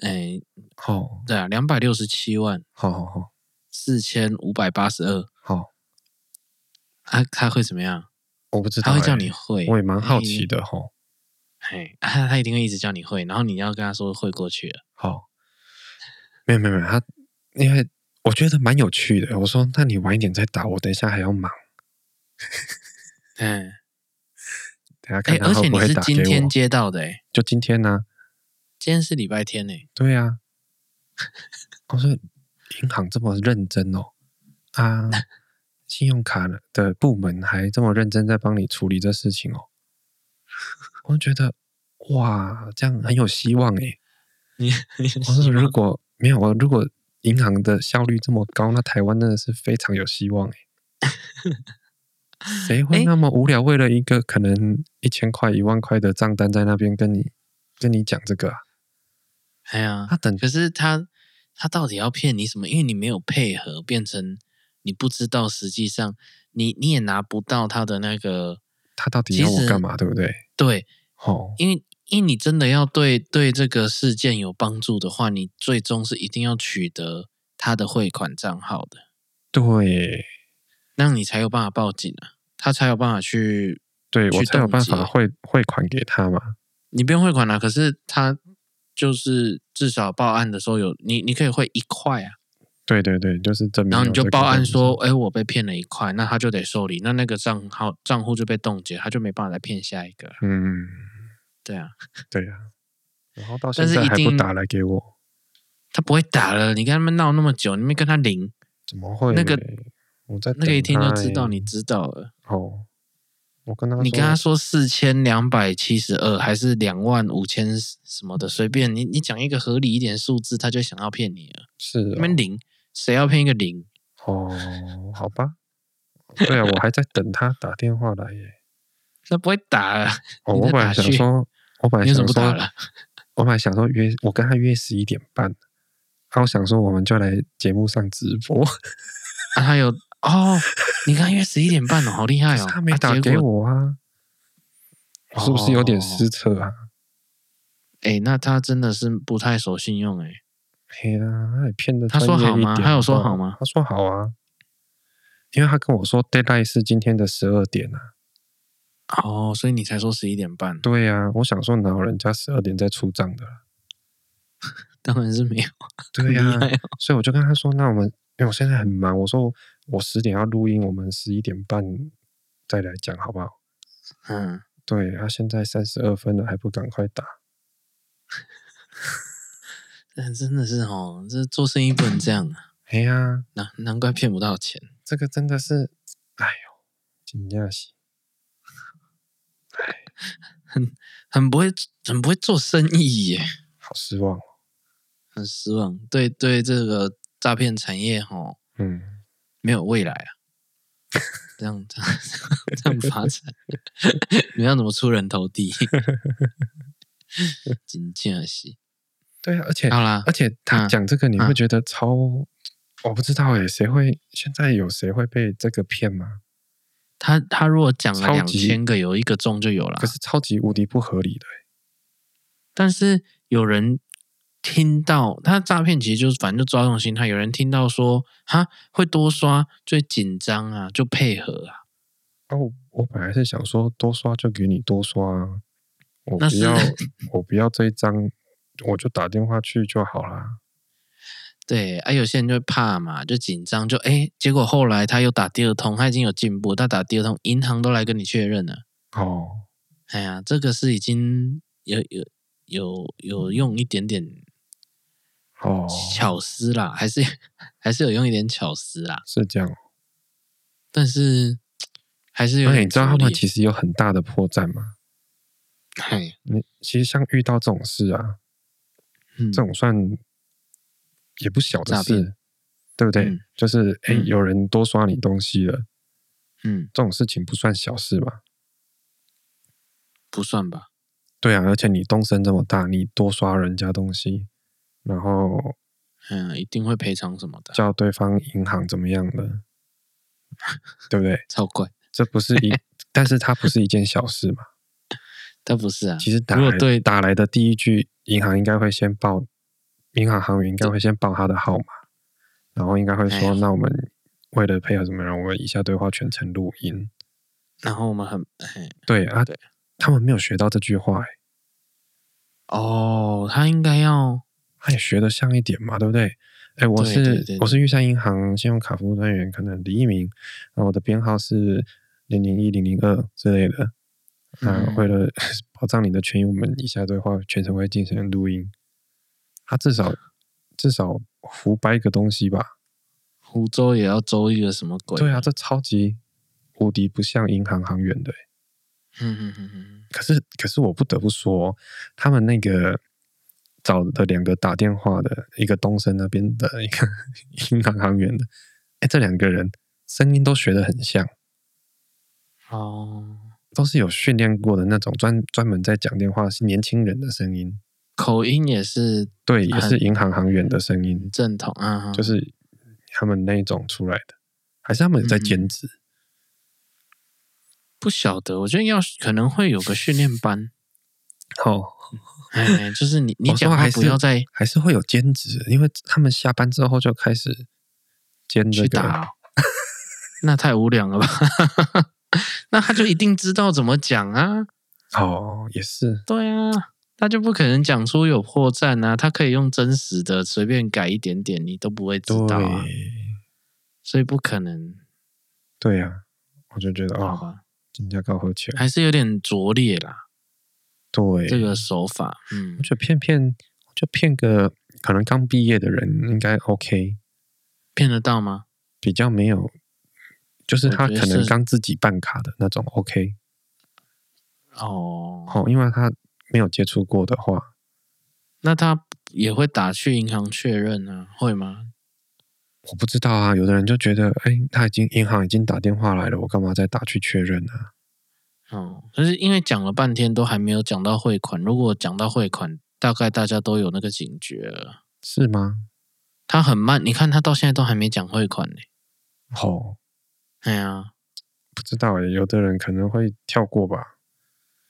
[SPEAKER 2] 哎，
[SPEAKER 3] 好，
[SPEAKER 2] 对啊，两百六十七万
[SPEAKER 3] 好好好
[SPEAKER 2] 四千五百八十二，
[SPEAKER 3] 好，
[SPEAKER 2] 他他会怎么样？
[SPEAKER 3] 我不知道、
[SPEAKER 2] 他
[SPEAKER 3] 欸，
[SPEAKER 2] 会叫你汇，
[SPEAKER 3] 我也蛮好奇
[SPEAKER 2] 嘿，
[SPEAKER 3] 的吼。
[SPEAKER 2] 嘿，他他一定会一直叫你汇，然后你要跟他说汇过去了，
[SPEAKER 3] 好，没有没有没有，他因为我觉得蛮有趣的。我说，那你晚一点再打，我等一下还要忙，
[SPEAKER 2] 嗯，
[SPEAKER 3] 等一下
[SPEAKER 2] 哎
[SPEAKER 3] 看，他
[SPEAKER 2] 而且
[SPEAKER 3] 会不
[SPEAKER 2] 你
[SPEAKER 3] 会
[SPEAKER 2] 是
[SPEAKER 3] 打给
[SPEAKER 2] 今
[SPEAKER 3] 我。
[SPEAKER 2] 天接到的，哎，
[SPEAKER 3] 就今天呢、
[SPEAKER 2] 今天是礼拜天呢，
[SPEAKER 3] 对啊，我说银行这么认真哦，啊，信用卡的部门还这么认真在帮你处理这事情哦，我就觉得哇，这样很有希望诶。
[SPEAKER 2] [laughs] 你
[SPEAKER 3] 我说如果没有啊，如果银行的效率这么高，那台湾真的是非常有希
[SPEAKER 2] [laughs]
[SPEAKER 3] 望诶。欸谁会
[SPEAKER 2] 诶
[SPEAKER 3] 那么无聊？为了一个可能一千块、一万块的账单在那边跟你跟你讲这个啊？
[SPEAKER 2] 哎呀，
[SPEAKER 3] 他等
[SPEAKER 2] 可是他他到底要骗你什么？因为你没有配合，变成你不知道，实际上你你也拿不到他的那个
[SPEAKER 3] 他到底要
[SPEAKER 2] 其
[SPEAKER 3] 我
[SPEAKER 2] 实
[SPEAKER 3] 干嘛？对不对？
[SPEAKER 2] 对，
[SPEAKER 3] 哦，
[SPEAKER 2] 因为因为你真的要对对这个事件有帮助的话，你最终是一定要取得他的汇款账号的，
[SPEAKER 3] 对
[SPEAKER 2] 那样你才有办法报警啊，他才有办法去。
[SPEAKER 3] 对，
[SPEAKER 2] 去
[SPEAKER 3] 我才有
[SPEAKER 2] 冻
[SPEAKER 3] 办
[SPEAKER 2] 结
[SPEAKER 3] 法汇汇款给他嘛。
[SPEAKER 2] 你不用汇款了、可是他就是至少报案的时候有你，你可以汇一块啊，
[SPEAKER 3] 对对对，就是证明。
[SPEAKER 2] 然后你就报案说，
[SPEAKER 3] 我，
[SPEAKER 2] 哎，我被骗了一块，那他就得受理，那那个账号账户就被冻结，他就没办法再骗下一个了。
[SPEAKER 3] 嗯，
[SPEAKER 2] 对啊，
[SPEAKER 3] 对呀、然后到现
[SPEAKER 2] 但是
[SPEAKER 3] 在
[SPEAKER 2] 一
[SPEAKER 3] 还不
[SPEAKER 2] 定
[SPEAKER 3] 打来给我，
[SPEAKER 2] 他不会打了，你跟他们闹那么久，你没跟他零，
[SPEAKER 3] 怎么会？
[SPEAKER 2] 那个
[SPEAKER 3] 我在
[SPEAKER 2] 那个一
[SPEAKER 3] 等
[SPEAKER 2] 听就
[SPEAKER 3] 他
[SPEAKER 2] 知道
[SPEAKER 3] 欸
[SPEAKER 2] 你知道了。
[SPEAKER 3] 哦。我跟他
[SPEAKER 2] 你跟他
[SPEAKER 3] 说
[SPEAKER 2] 说四千两百七十二还是两万五千什么的，随便你你讲一个合理一点的数字，他就想要骗你了。
[SPEAKER 3] 是
[SPEAKER 2] 那
[SPEAKER 3] 哦
[SPEAKER 2] 边零，谁要骗一个零？
[SPEAKER 3] 哦，好吧。对啊，我还在等他打电话来耶。
[SPEAKER 2] 那不会打了，
[SPEAKER 3] 哦，
[SPEAKER 2] [laughs] 你
[SPEAKER 3] 我
[SPEAKER 2] 在
[SPEAKER 3] 本
[SPEAKER 2] 打
[SPEAKER 3] 来想
[SPEAKER 2] 去
[SPEAKER 3] 说，我本来
[SPEAKER 2] 你为什
[SPEAKER 3] 想
[SPEAKER 2] 么不打
[SPEAKER 3] 说，
[SPEAKER 2] 了？啊
[SPEAKER 3] 我本来想说约，我跟他约十一点半。然后想说，我们就来节目上直
[SPEAKER 2] 哦
[SPEAKER 3] 播，
[SPEAKER 2] 啊，他有哦，你刚约十一点半哦，好厉害哦！
[SPEAKER 3] 他没
[SPEAKER 2] 啊
[SPEAKER 3] 打
[SPEAKER 2] 结
[SPEAKER 3] 给
[SPEAKER 2] 果
[SPEAKER 3] 我啊，我是不是有点
[SPEAKER 2] 哦
[SPEAKER 3] 失策啊？
[SPEAKER 2] 哎、那他真的是不太守信用哎、
[SPEAKER 3] 嘿啊，他也骗的。
[SPEAKER 2] 他说好吗他有说好吗
[SPEAKER 3] 他说好啊，因为他跟我说 deadline 是今天的十二点啊。
[SPEAKER 2] 哦，所以你才说十一点半，哦
[SPEAKER 3] 对呀、啊，我想说哪有人家十二点再出账的啦？
[SPEAKER 2] 当然是没有。
[SPEAKER 3] 对啊呀、
[SPEAKER 2] 很厉害哦
[SPEAKER 3] 所以我就跟他说，那我们因为我现在很忙，我说我十点要录音，我们十一点半再来讲好不好？
[SPEAKER 2] 嗯，
[SPEAKER 3] 对，他、现在三十二分了，还不赶快打？
[SPEAKER 2] 但真的是哦，这做生意不能这样啊，
[SPEAKER 3] 哎呀、
[SPEAKER 2] 难难怪骗不到钱。
[SPEAKER 3] 这个真的是，哎呦，惊讶死！
[SPEAKER 2] 很不会，很不会做生意耶，
[SPEAKER 3] 好失望哦。
[SPEAKER 2] 很失望。对对，这个诈骗产业吼
[SPEAKER 3] 嗯，
[SPEAKER 2] 没有未来啊。这样这样 [laughs] 这样发展， [laughs] 你要怎么出人头地？ [laughs] 真正是
[SPEAKER 3] 对啊，而且
[SPEAKER 2] 好啦
[SPEAKER 3] 而，且他
[SPEAKER 2] 嗯
[SPEAKER 3] 讲这个，你会
[SPEAKER 2] 嗯
[SPEAKER 3] 觉得超，我不知道诶，谁会现在有谁会被这个骗吗？
[SPEAKER 2] 他他如果讲了
[SPEAKER 3] 超
[SPEAKER 2] 两
[SPEAKER 3] 级
[SPEAKER 2] 千个，有一个中就有了
[SPEAKER 3] 可。是超级无敌不合理的欸、
[SPEAKER 2] 但是有人听到他诈骗，其实就是反正就抓这种心态。有人听到说哈会多刷，就会紧张啊，就配合啊。
[SPEAKER 3] 哦，我本来是想说多刷就给你多刷啊，我
[SPEAKER 2] 那
[SPEAKER 3] 不
[SPEAKER 2] 是 [laughs]
[SPEAKER 3] 要我不要这一张，我就打电话去就好啦。
[SPEAKER 2] 对啊，有些人就会怕嘛，就紧张，就哎、诶结果后来他又打第二通，他已经有进步，他打第二通，银行都来跟你确认了。
[SPEAKER 3] 哦，
[SPEAKER 2] 哎呀，这个是已经有有有有用一点点
[SPEAKER 3] 哦，
[SPEAKER 2] 巧思啦，还是 [laughs] 还是有用一点巧思啦，
[SPEAKER 3] 是这样哦。
[SPEAKER 2] 但是还是有
[SPEAKER 3] 而且
[SPEAKER 2] 点
[SPEAKER 3] 你知道他
[SPEAKER 2] 阻
[SPEAKER 3] 们
[SPEAKER 2] 力
[SPEAKER 3] 其实有很大的破绽吗？
[SPEAKER 2] 嘿
[SPEAKER 3] 你其实像遇到这种事啊，
[SPEAKER 2] 嗯
[SPEAKER 3] 这种算也不小的
[SPEAKER 2] 诈骗
[SPEAKER 3] 事，对不对？
[SPEAKER 2] 嗯
[SPEAKER 3] 就是哎、
[SPEAKER 2] 嗯
[SPEAKER 3] 有人多刷你东西了，
[SPEAKER 2] 嗯
[SPEAKER 3] 这种事情不算小事吧？
[SPEAKER 2] 不算吧，
[SPEAKER 3] 对啊，而且你动身这么大，你多刷人家东西，然后
[SPEAKER 2] 嗯，一定会赔偿什么的，
[SPEAKER 3] 叫对方银行怎么样了，对不对？
[SPEAKER 2] 超怪。
[SPEAKER 3] 这不是一， [laughs] 但是它不是一件小事嘛。
[SPEAKER 2] 但不是啊，
[SPEAKER 3] 其实打
[SPEAKER 2] 如果
[SPEAKER 3] 来
[SPEAKER 2] 对
[SPEAKER 3] 打来的第一句，银行应该会先报，银行行员应该会先报他的号码，然后应该会
[SPEAKER 2] 哎
[SPEAKER 3] 说，
[SPEAKER 2] 呀
[SPEAKER 3] 那我们为了配合什么人，我们以下对话全程录音。
[SPEAKER 2] 然后我们很嘿
[SPEAKER 3] 对啊
[SPEAKER 2] 对，
[SPEAKER 3] 他们没有学到这句话、欸，
[SPEAKER 2] 哦，他应该要
[SPEAKER 3] 他也学得像一点嘛，对不对？哎，我
[SPEAKER 2] 对
[SPEAKER 3] 是
[SPEAKER 2] 对对
[SPEAKER 3] 我是玉山银行信用卡服务专员，可能李一鸣，那我的编号是零零一零零二之类的。那、
[SPEAKER 2] 嗯
[SPEAKER 3] 为了 [laughs] 保障你的权益，我们以下对话全程会进行录音。他至少至少胡掰个东西吧？
[SPEAKER 2] 湖州也要周一个什么鬼？
[SPEAKER 3] 对啊，，这超级无敌不像银行行员的欸、
[SPEAKER 2] 嗯嗯嗯嗯，
[SPEAKER 3] 可是可是我不得不说，他们那个找的两个打电话的，一个东升那边的，一个 [laughs] 银行行员的，哎，这两个人声音都学得很像，
[SPEAKER 2] 哦，
[SPEAKER 3] 都是有训练过的那种专专门在讲电话是年轻人的声音，
[SPEAKER 2] 口音也是
[SPEAKER 3] 对，也是
[SPEAKER 2] 很
[SPEAKER 3] 银行行员的声音
[SPEAKER 2] 很，正统啊，
[SPEAKER 3] 就是是他们那一种出来的，还是他们有在兼职？
[SPEAKER 2] 不晓得，我觉得要可能会有个训练
[SPEAKER 3] [laughs]
[SPEAKER 2] 班，嗯
[SPEAKER 3] 哦，
[SPEAKER 2] 哎，就是你你
[SPEAKER 3] 我说
[SPEAKER 2] 讲话
[SPEAKER 3] 还是
[SPEAKER 2] 不要再
[SPEAKER 3] 还是会有兼职，因为他们下班之后就开始兼这
[SPEAKER 2] 去
[SPEAKER 3] 个 [laughs]
[SPEAKER 2] 打哦、那太无聊了吧？ [laughs] 那他就一定知道怎么讲啊，
[SPEAKER 3] 哦，也是。
[SPEAKER 2] 对啊，他就不可能讲出有破绽啊，他可以用真实的随便改一点点，你都不会知
[SPEAKER 3] 对
[SPEAKER 2] 道啊，所以不可能，
[SPEAKER 3] 对呀、我就觉得
[SPEAKER 2] 好
[SPEAKER 3] 哦，
[SPEAKER 2] 吧？
[SPEAKER 3] 金价高和起来，
[SPEAKER 2] 还是有点拙劣啦，
[SPEAKER 3] 对，
[SPEAKER 2] 这个手法，嗯
[SPEAKER 3] 我，觉得骗骗，我觉得骗个可能刚毕业的人应该 OK，
[SPEAKER 2] 骗得到吗？
[SPEAKER 3] 比较没有，就是
[SPEAKER 2] 我
[SPEAKER 3] 他
[SPEAKER 2] 觉得
[SPEAKER 3] 可能
[SPEAKER 2] 是
[SPEAKER 3] 刚自己办卡的那种 OK，
[SPEAKER 2] 哦，
[SPEAKER 3] 哦，因为他没有接触过的话，
[SPEAKER 2] 那他也会打去银行确认啊，会吗？
[SPEAKER 3] 我不知道啊，有的人就觉得，哎，他已经银行已经打电话来了，我干嘛再打去确认呢、啊？
[SPEAKER 2] 哦，可是因为讲了半天都还没有讲到汇款，如果讲到汇款，大概大家都有那个警觉了。
[SPEAKER 3] 是吗？
[SPEAKER 2] 他很慢，你看他到现在都还没讲汇款呢、
[SPEAKER 3] 哦，
[SPEAKER 2] 哎呀，
[SPEAKER 3] 不知道哎，有的人可能会跳过吧。 [laughs]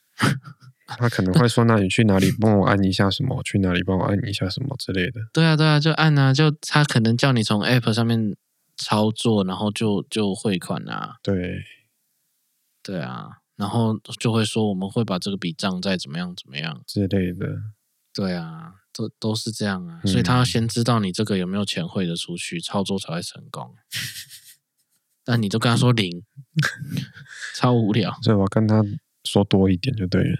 [SPEAKER 3] 他可能会说：“那你去哪里帮我按一下什么？去哪里帮我按一下什么之类的。
[SPEAKER 2] 对啊，对啊，就按啊，就他可能叫你从 App 上面操作，然后就就汇款啊”，
[SPEAKER 3] 对，
[SPEAKER 2] 对啊，然后就会说我们会把这个笔账再怎么样怎么样，
[SPEAKER 3] 之类的。
[SPEAKER 2] 对啊，都都是这样啊，
[SPEAKER 3] 嗯
[SPEAKER 2] 所以他要先知道你这个有没有钱汇得出去，操作才会成功。但你都跟他说 [laughs] 零，超无聊。
[SPEAKER 3] 所以我要跟他说多一点就对了。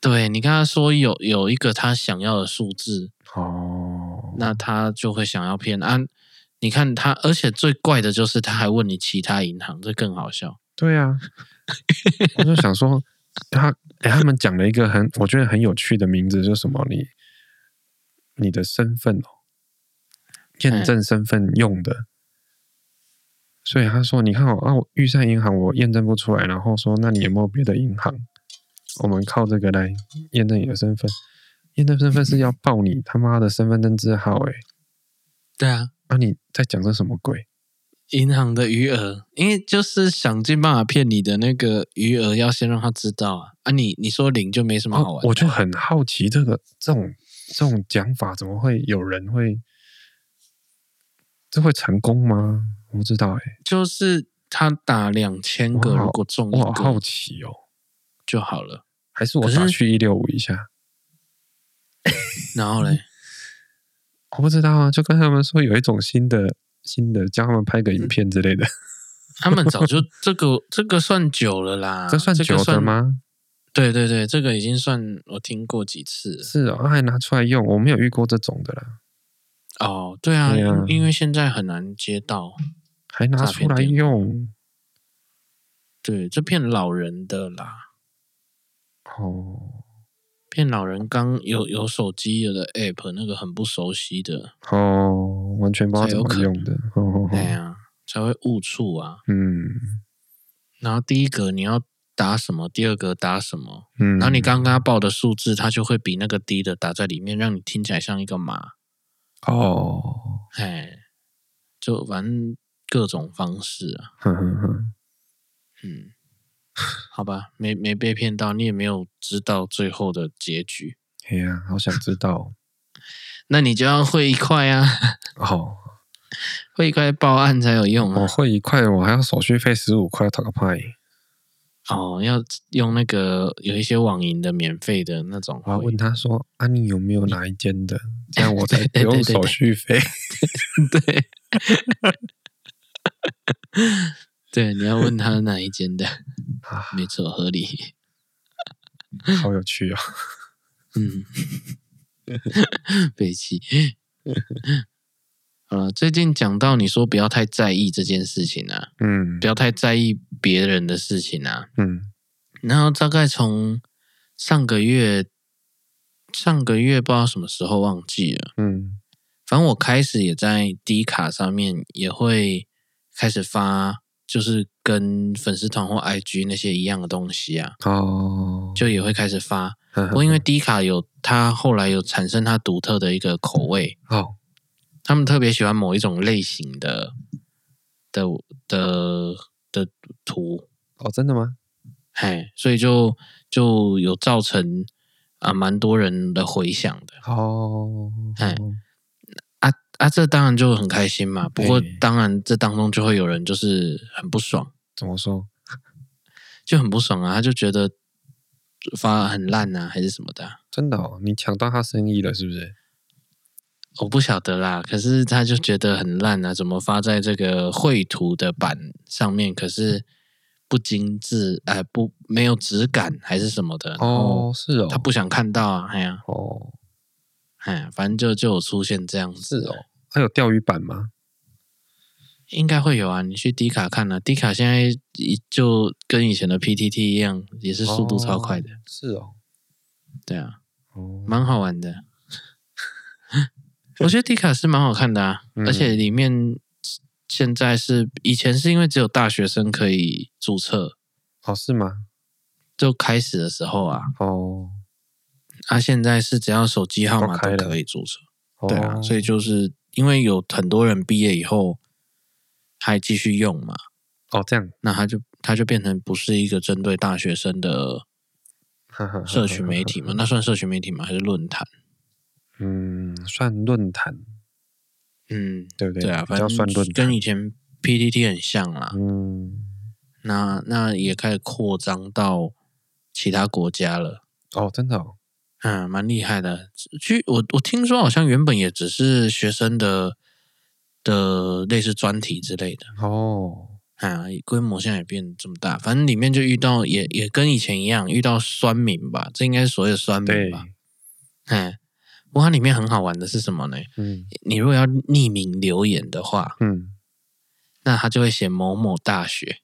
[SPEAKER 2] 对你跟他说有有一个他想要的数字，
[SPEAKER 3] 哦，
[SPEAKER 2] 那他就会想要骗啊。你看他，而且最怪的就是他还问你其他银行，这更好笑。
[SPEAKER 3] 对啊，我就想说他、诶他们讲了一个很我觉得很有趣的名字，就是什么你你的身份哦，验证身份用的。所以他说：“你看我啊，我玉山银行我验证不出来，然后说那你有没有别的银行？我们靠这个来验证你的身份。验证身份是要报你他妈的身份证字号诶、
[SPEAKER 2] 对啊，
[SPEAKER 3] 啊你在讲这什么鬼？
[SPEAKER 2] 银行的余额，因为就是想尽办法骗你的那个余额，要先让他知道啊。啊你，你说零就没什么好玩的啊、
[SPEAKER 3] 哦我就很好奇，这个这种这种讲法，怎么会有人会？这会成功吗？我不知道哎、
[SPEAKER 2] 就是他打两千个，
[SPEAKER 3] 我好
[SPEAKER 2] 如果中一
[SPEAKER 3] 我好好
[SPEAKER 2] 个
[SPEAKER 3] 奇哦。
[SPEAKER 2] 就好了。
[SPEAKER 3] 还是我
[SPEAKER 2] 可是
[SPEAKER 3] 打去一六五一下？
[SPEAKER 2] 然后嘞，
[SPEAKER 3] 我不知道啊，就跟他们说有一种新的新的，叫他们拍个
[SPEAKER 2] 嗯
[SPEAKER 3] 影片之类的，
[SPEAKER 2] 他们
[SPEAKER 3] [laughs]
[SPEAKER 2] 早就这个这个算久了啦，
[SPEAKER 3] 这算久
[SPEAKER 2] 啊个
[SPEAKER 3] 的？吗？
[SPEAKER 2] 对对对，这个已经算我听过几次了
[SPEAKER 3] 是哦，啊还拿出来用，我没有遇过这种的啦，
[SPEAKER 2] 哦。对啊，
[SPEAKER 3] 对啊
[SPEAKER 2] 因因为现在很难接到，
[SPEAKER 3] 还拿出
[SPEAKER 2] 诈
[SPEAKER 3] 来
[SPEAKER 2] 骗电
[SPEAKER 3] 用
[SPEAKER 2] 对，这骗老人的啦，
[SPEAKER 3] 哦
[SPEAKER 2] 骗老人刚有有手机有的 app 那个很不熟悉的，
[SPEAKER 3] 哦，完全不知道
[SPEAKER 2] 才
[SPEAKER 3] 怎
[SPEAKER 2] 有
[SPEAKER 3] 么
[SPEAKER 2] 可
[SPEAKER 3] 用的哦，
[SPEAKER 2] 哎呀、才会误触啊。
[SPEAKER 3] 嗯
[SPEAKER 2] 然后第一个你要打什么，第二个打什么，
[SPEAKER 3] 嗯，
[SPEAKER 2] 然后你刚刚报的数字，它就会比那个低的打在里面，让你听起来像一个码。
[SPEAKER 3] 哦， [laughs]
[SPEAKER 2] 哎，就玩各种方式啊。
[SPEAKER 3] 哼哼哼。
[SPEAKER 2] 嗯，好吧，没没被骗到，你也没有知道最后的结局，
[SPEAKER 3] 哎呀，好想知道
[SPEAKER 2] 那你就要会一块啊，
[SPEAKER 3] 哦！
[SPEAKER 2] 会一块报案才有用
[SPEAKER 3] 我
[SPEAKER 2] 啊。
[SPEAKER 3] 会一块，我还要手续费十五块，讨个派！
[SPEAKER 2] 哦，要用那个有一些网银的免费的那种
[SPEAKER 3] 我要
[SPEAKER 2] 会
[SPEAKER 3] 问，他说：“啊，你有没有哪一间的？”这样我才不
[SPEAKER 2] [laughs] 对对
[SPEAKER 3] 用
[SPEAKER 2] 对对
[SPEAKER 3] 手续费。 [laughs]
[SPEAKER 2] 对。对，你要问他哪一间的，
[SPEAKER 3] 啊，
[SPEAKER 2] 没错，合理。
[SPEAKER 3] 好有趣哦！
[SPEAKER 2] 嗯， [laughs] 北齐。好了，最近讲到你说不要太在意这件事情啊，
[SPEAKER 3] 嗯
[SPEAKER 2] 不要太在意别人的事情啊。
[SPEAKER 3] 嗯，
[SPEAKER 2] 然后大概从上个月，上个月不知道什么时候忘记了，
[SPEAKER 3] 嗯
[SPEAKER 2] 反正我开始也在 D 卡上面也会开始发，就是跟粉丝团或 IG 那些一样的东西啊，
[SPEAKER 3] 哦，嗯
[SPEAKER 2] 就也会开始发。
[SPEAKER 3] 呵
[SPEAKER 2] 不
[SPEAKER 3] 呵
[SPEAKER 2] 过因为 D 卡有它后来有产生它独特的一个口味，
[SPEAKER 3] 哦，
[SPEAKER 2] 他们特别喜欢某一种类型的的的的图，
[SPEAKER 3] 哦，真的吗？
[SPEAKER 2] 嘿，所以就就有造成啊蛮多人的回响的
[SPEAKER 3] 哦，
[SPEAKER 2] 哎啊啊，这当然就很开心嘛。不过
[SPEAKER 3] 对
[SPEAKER 2] 当然这当中就会有人就是很不爽，
[SPEAKER 3] 怎么说？
[SPEAKER 2] 就很不爽啊，他就觉得发很烂啊，还是什么的啊、
[SPEAKER 3] 真的哦，你抢到他生意了是不是？
[SPEAKER 2] 我不晓得啦。可是他就觉得很烂啊，怎么发在这个绘图的版上面，可是不精致，哎、不没有质感还是什么的。然后
[SPEAKER 3] 哦，是哦，
[SPEAKER 2] 他不想看到啊，哎呀、
[SPEAKER 3] 哦，
[SPEAKER 2] 哎呀，反正就就有出现这样
[SPEAKER 3] 是
[SPEAKER 2] 子
[SPEAKER 3] 哦，，他有钓鱼版吗？
[SPEAKER 2] 应该会有啊。你去迪卡看啊，迪卡现在一就跟以前的 PTT 一样，也是速度超快的，
[SPEAKER 3] 哦，是哦，
[SPEAKER 2] 对啊，
[SPEAKER 3] 哦，
[SPEAKER 2] 蛮好
[SPEAKER 3] [laughs]
[SPEAKER 2] 玩的。我觉得迪卡是蛮好看的啊，
[SPEAKER 3] 嗯
[SPEAKER 2] 而且里面现在是以前是因为只有大学生可以注册，
[SPEAKER 3] 哦是吗？
[SPEAKER 2] 就开始的时候啊，
[SPEAKER 3] 哦，
[SPEAKER 2] 啊现在是只要手机号码
[SPEAKER 3] 都开
[SPEAKER 2] 都
[SPEAKER 3] 了
[SPEAKER 2] 可以注册。
[SPEAKER 3] 哦
[SPEAKER 2] 对啊，所以就是因为有很多人毕业以后还继续用嘛，
[SPEAKER 3] 哦这样，
[SPEAKER 2] 那他就他就变成不是一个针对大学生的
[SPEAKER 3] 哈哈哈哈
[SPEAKER 2] 社群媒体嘛？那算社群媒体吗？还是论坛？
[SPEAKER 3] [laughs] 嗯，算论坛
[SPEAKER 2] 嗯，
[SPEAKER 3] 对不对？
[SPEAKER 2] 对啊，
[SPEAKER 3] 比
[SPEAKER 2] 反
[SPEAKER 3] 较算论
[SPEAKER 2] 正
[SPEAKER 3] 坛，
[SPEAKER 2] 跟以前 PTT 很像啦。
[SPEAKER 3] 嗯，
[SPEAKER 2] 那那也开始扩张到其他国家了。
[SPEAKER 3] 哦真的哦，
[SPEAKER 2] 嗯，蛮厉害的。据我我听说，好像原本也只是学生的的类似专题之类的。
[SPEAKER 3] 哦，
[SPEAKER 2] 啊，规模现在也变这么大，反正里面就遇到也也跟以前一样遇到酸民吧，这应该是所谓的酸民
[SPEAKER 3] 对，
[SPEAKER 2] 吧。哎，不过它里面很好玩的是什么呢？
[SPEAKER 3] 嗯
[SPEAKER 2] 你如果要匿名留言的话，
[SPEAKER 3] 嗯，
[SPEAKER 2] 那它就会写某某大学，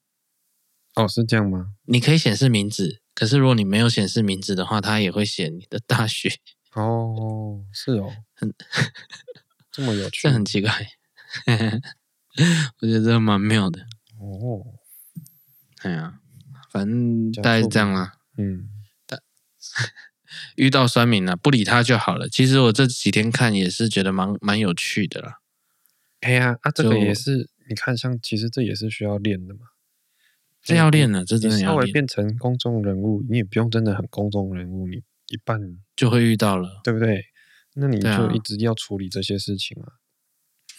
[SPEAKER 3] 哦是这样吗？
[SPEAKER 2] 你可以显示名字，可是如果你没有显示名字的话，它也会写你的大学，
[SPEAKER 3] 哦，是哦，
[SPEAKER 2] 很
[SPEAKER 3] [laughs] 这么有趣
[SPEAKER 2] 这很奇怪。我觉得这蛮妙的。
[SPEAKER 3] 哦，
[SPEAKER 2] 哎呀，反正
[SPEAKER 3] 这样
[SPEAKER 2] 大概是
[SPEAKER 3] 说不
[SPEAKER 2] 这样啦、
[SPEAKER 3] 嗯，
[SPEAKER 2] 遇到酸民了、啊不理他就好了。其实我这几天看也是觉得蛮蛮有趣的啦。
[SPEAKER 3] 哎呀啊，这个
[SPEAKER 2] 就
[SPEAKER 3] 也是，你看像其实这也是需要练的嘛，
[SPEAKER 2] 这要练了，这真的
[SPEAKER 3] 哎你稍
[SPEAKER 2] 要
[SPEAKER 3] 微
[SPEAKER 2] 练，
[SPEAKER 3] 变成公众人物，你也不用真的很公众人物，你一半
[SPEAKER 2] 就会遇到了。
[SPEAKER 3] 对不对？那你
[SPEAKER 2] 对啊
[SPEAKER 3] 就一直要处理这些事情啊。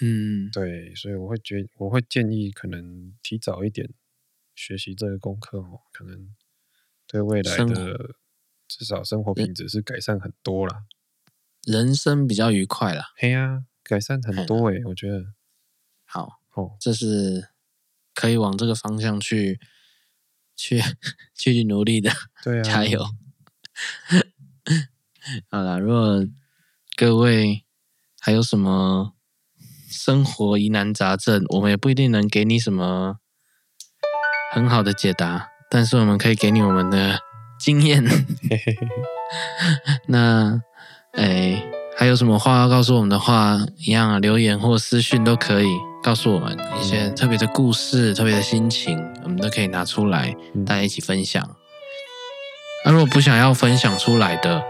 [SPEAKER 2] 嗯，
[SPEAKER 3] 对，所以我会觉，我会建议可能提早一点学习这个功课哦，可能对未来
[SPEAKER 2] 生活
[SPEAKER 3] 的至少生活品质是改善很多啦。
[SPEAKER 2] 人生比较愉快啦。
[SPEAKER 3] 嘿呀、改善很多欸诶、我觉得
[SPEAKER 2] 好，
[SPEAKER 3] 哦，
[SPEAKER 2] 这是可以往这个方向去去 [laughs] 去努力的，
[SPEAKER 3] 对啊，
[SPEAKER 2] [laughs] 加油！好啦，如果各位还有什么生活疑难杂症，我们也不一定能给你什么很好的解答，但是我们可以给你我们的经验。
[SPEAKER 3] 嘿嘿嘿，
[SPEAKER 2] 那，哎，还有什么话要告诉我们的话，一样啊，留言或私讯都可以告诉我们一
[SPEAKER 3] 嗯
[SPEAKER 2] 些特别的故事、特别的心情，我们都可以拿出来
[SPEAKER 3] 嗯
[SPEAKER 2] 大家一起分享。那、如果不想要分享出来的，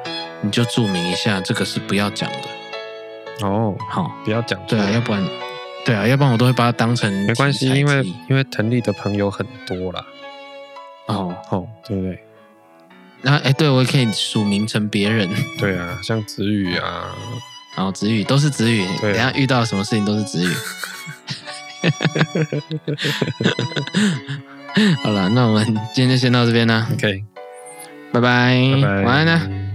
[SPEAKER 2] 你就注明一下，这个是不要讲的。
[SPEAKER 3] 哦，
[SPEAKER 2] 好，
[SPEAKER 3] 不要讲出
[SPEAKER 2] 对啊，
[SPEAKER 3] 来
[SPEAKER 2] 要不然，对啊，要不然我都会把它当成
[SPEAKER 3] 没关系，
[SPEAKER 2] 题材
[SPEAKER 3] 因为
[SPEAKER 2] 之一
[SPEAKER 3] 因为腾力的朋友很多啦，
[SPEAKER 2] 哦，
[SPEAKER 3] 哦，对不对？
[SPEAKER 2] 那哎，对我也可以署名成别人，
[SPEAKER 3] 对啊，像子宇啊，
[SPEAKER 2] 然后子宇都是子宇，
[SPEAKER 3] 对
[SPEAKER 2] 等
[SPEAKER 3] 啊
[SPEAKER 2] 一下遇到什么事情都是
[SPEAKER 3] [laughs]
[SPEAKER 2] 子宇。好了，那我们今天就先到这边啦，
[SPEAKER 3] OK，
[SPEAKER 2] 拜拜，
[SPEAKER 3] 拜拜，
[SPEAKER 2] 晚安啦、啊
[SPEAKER 3] 嗯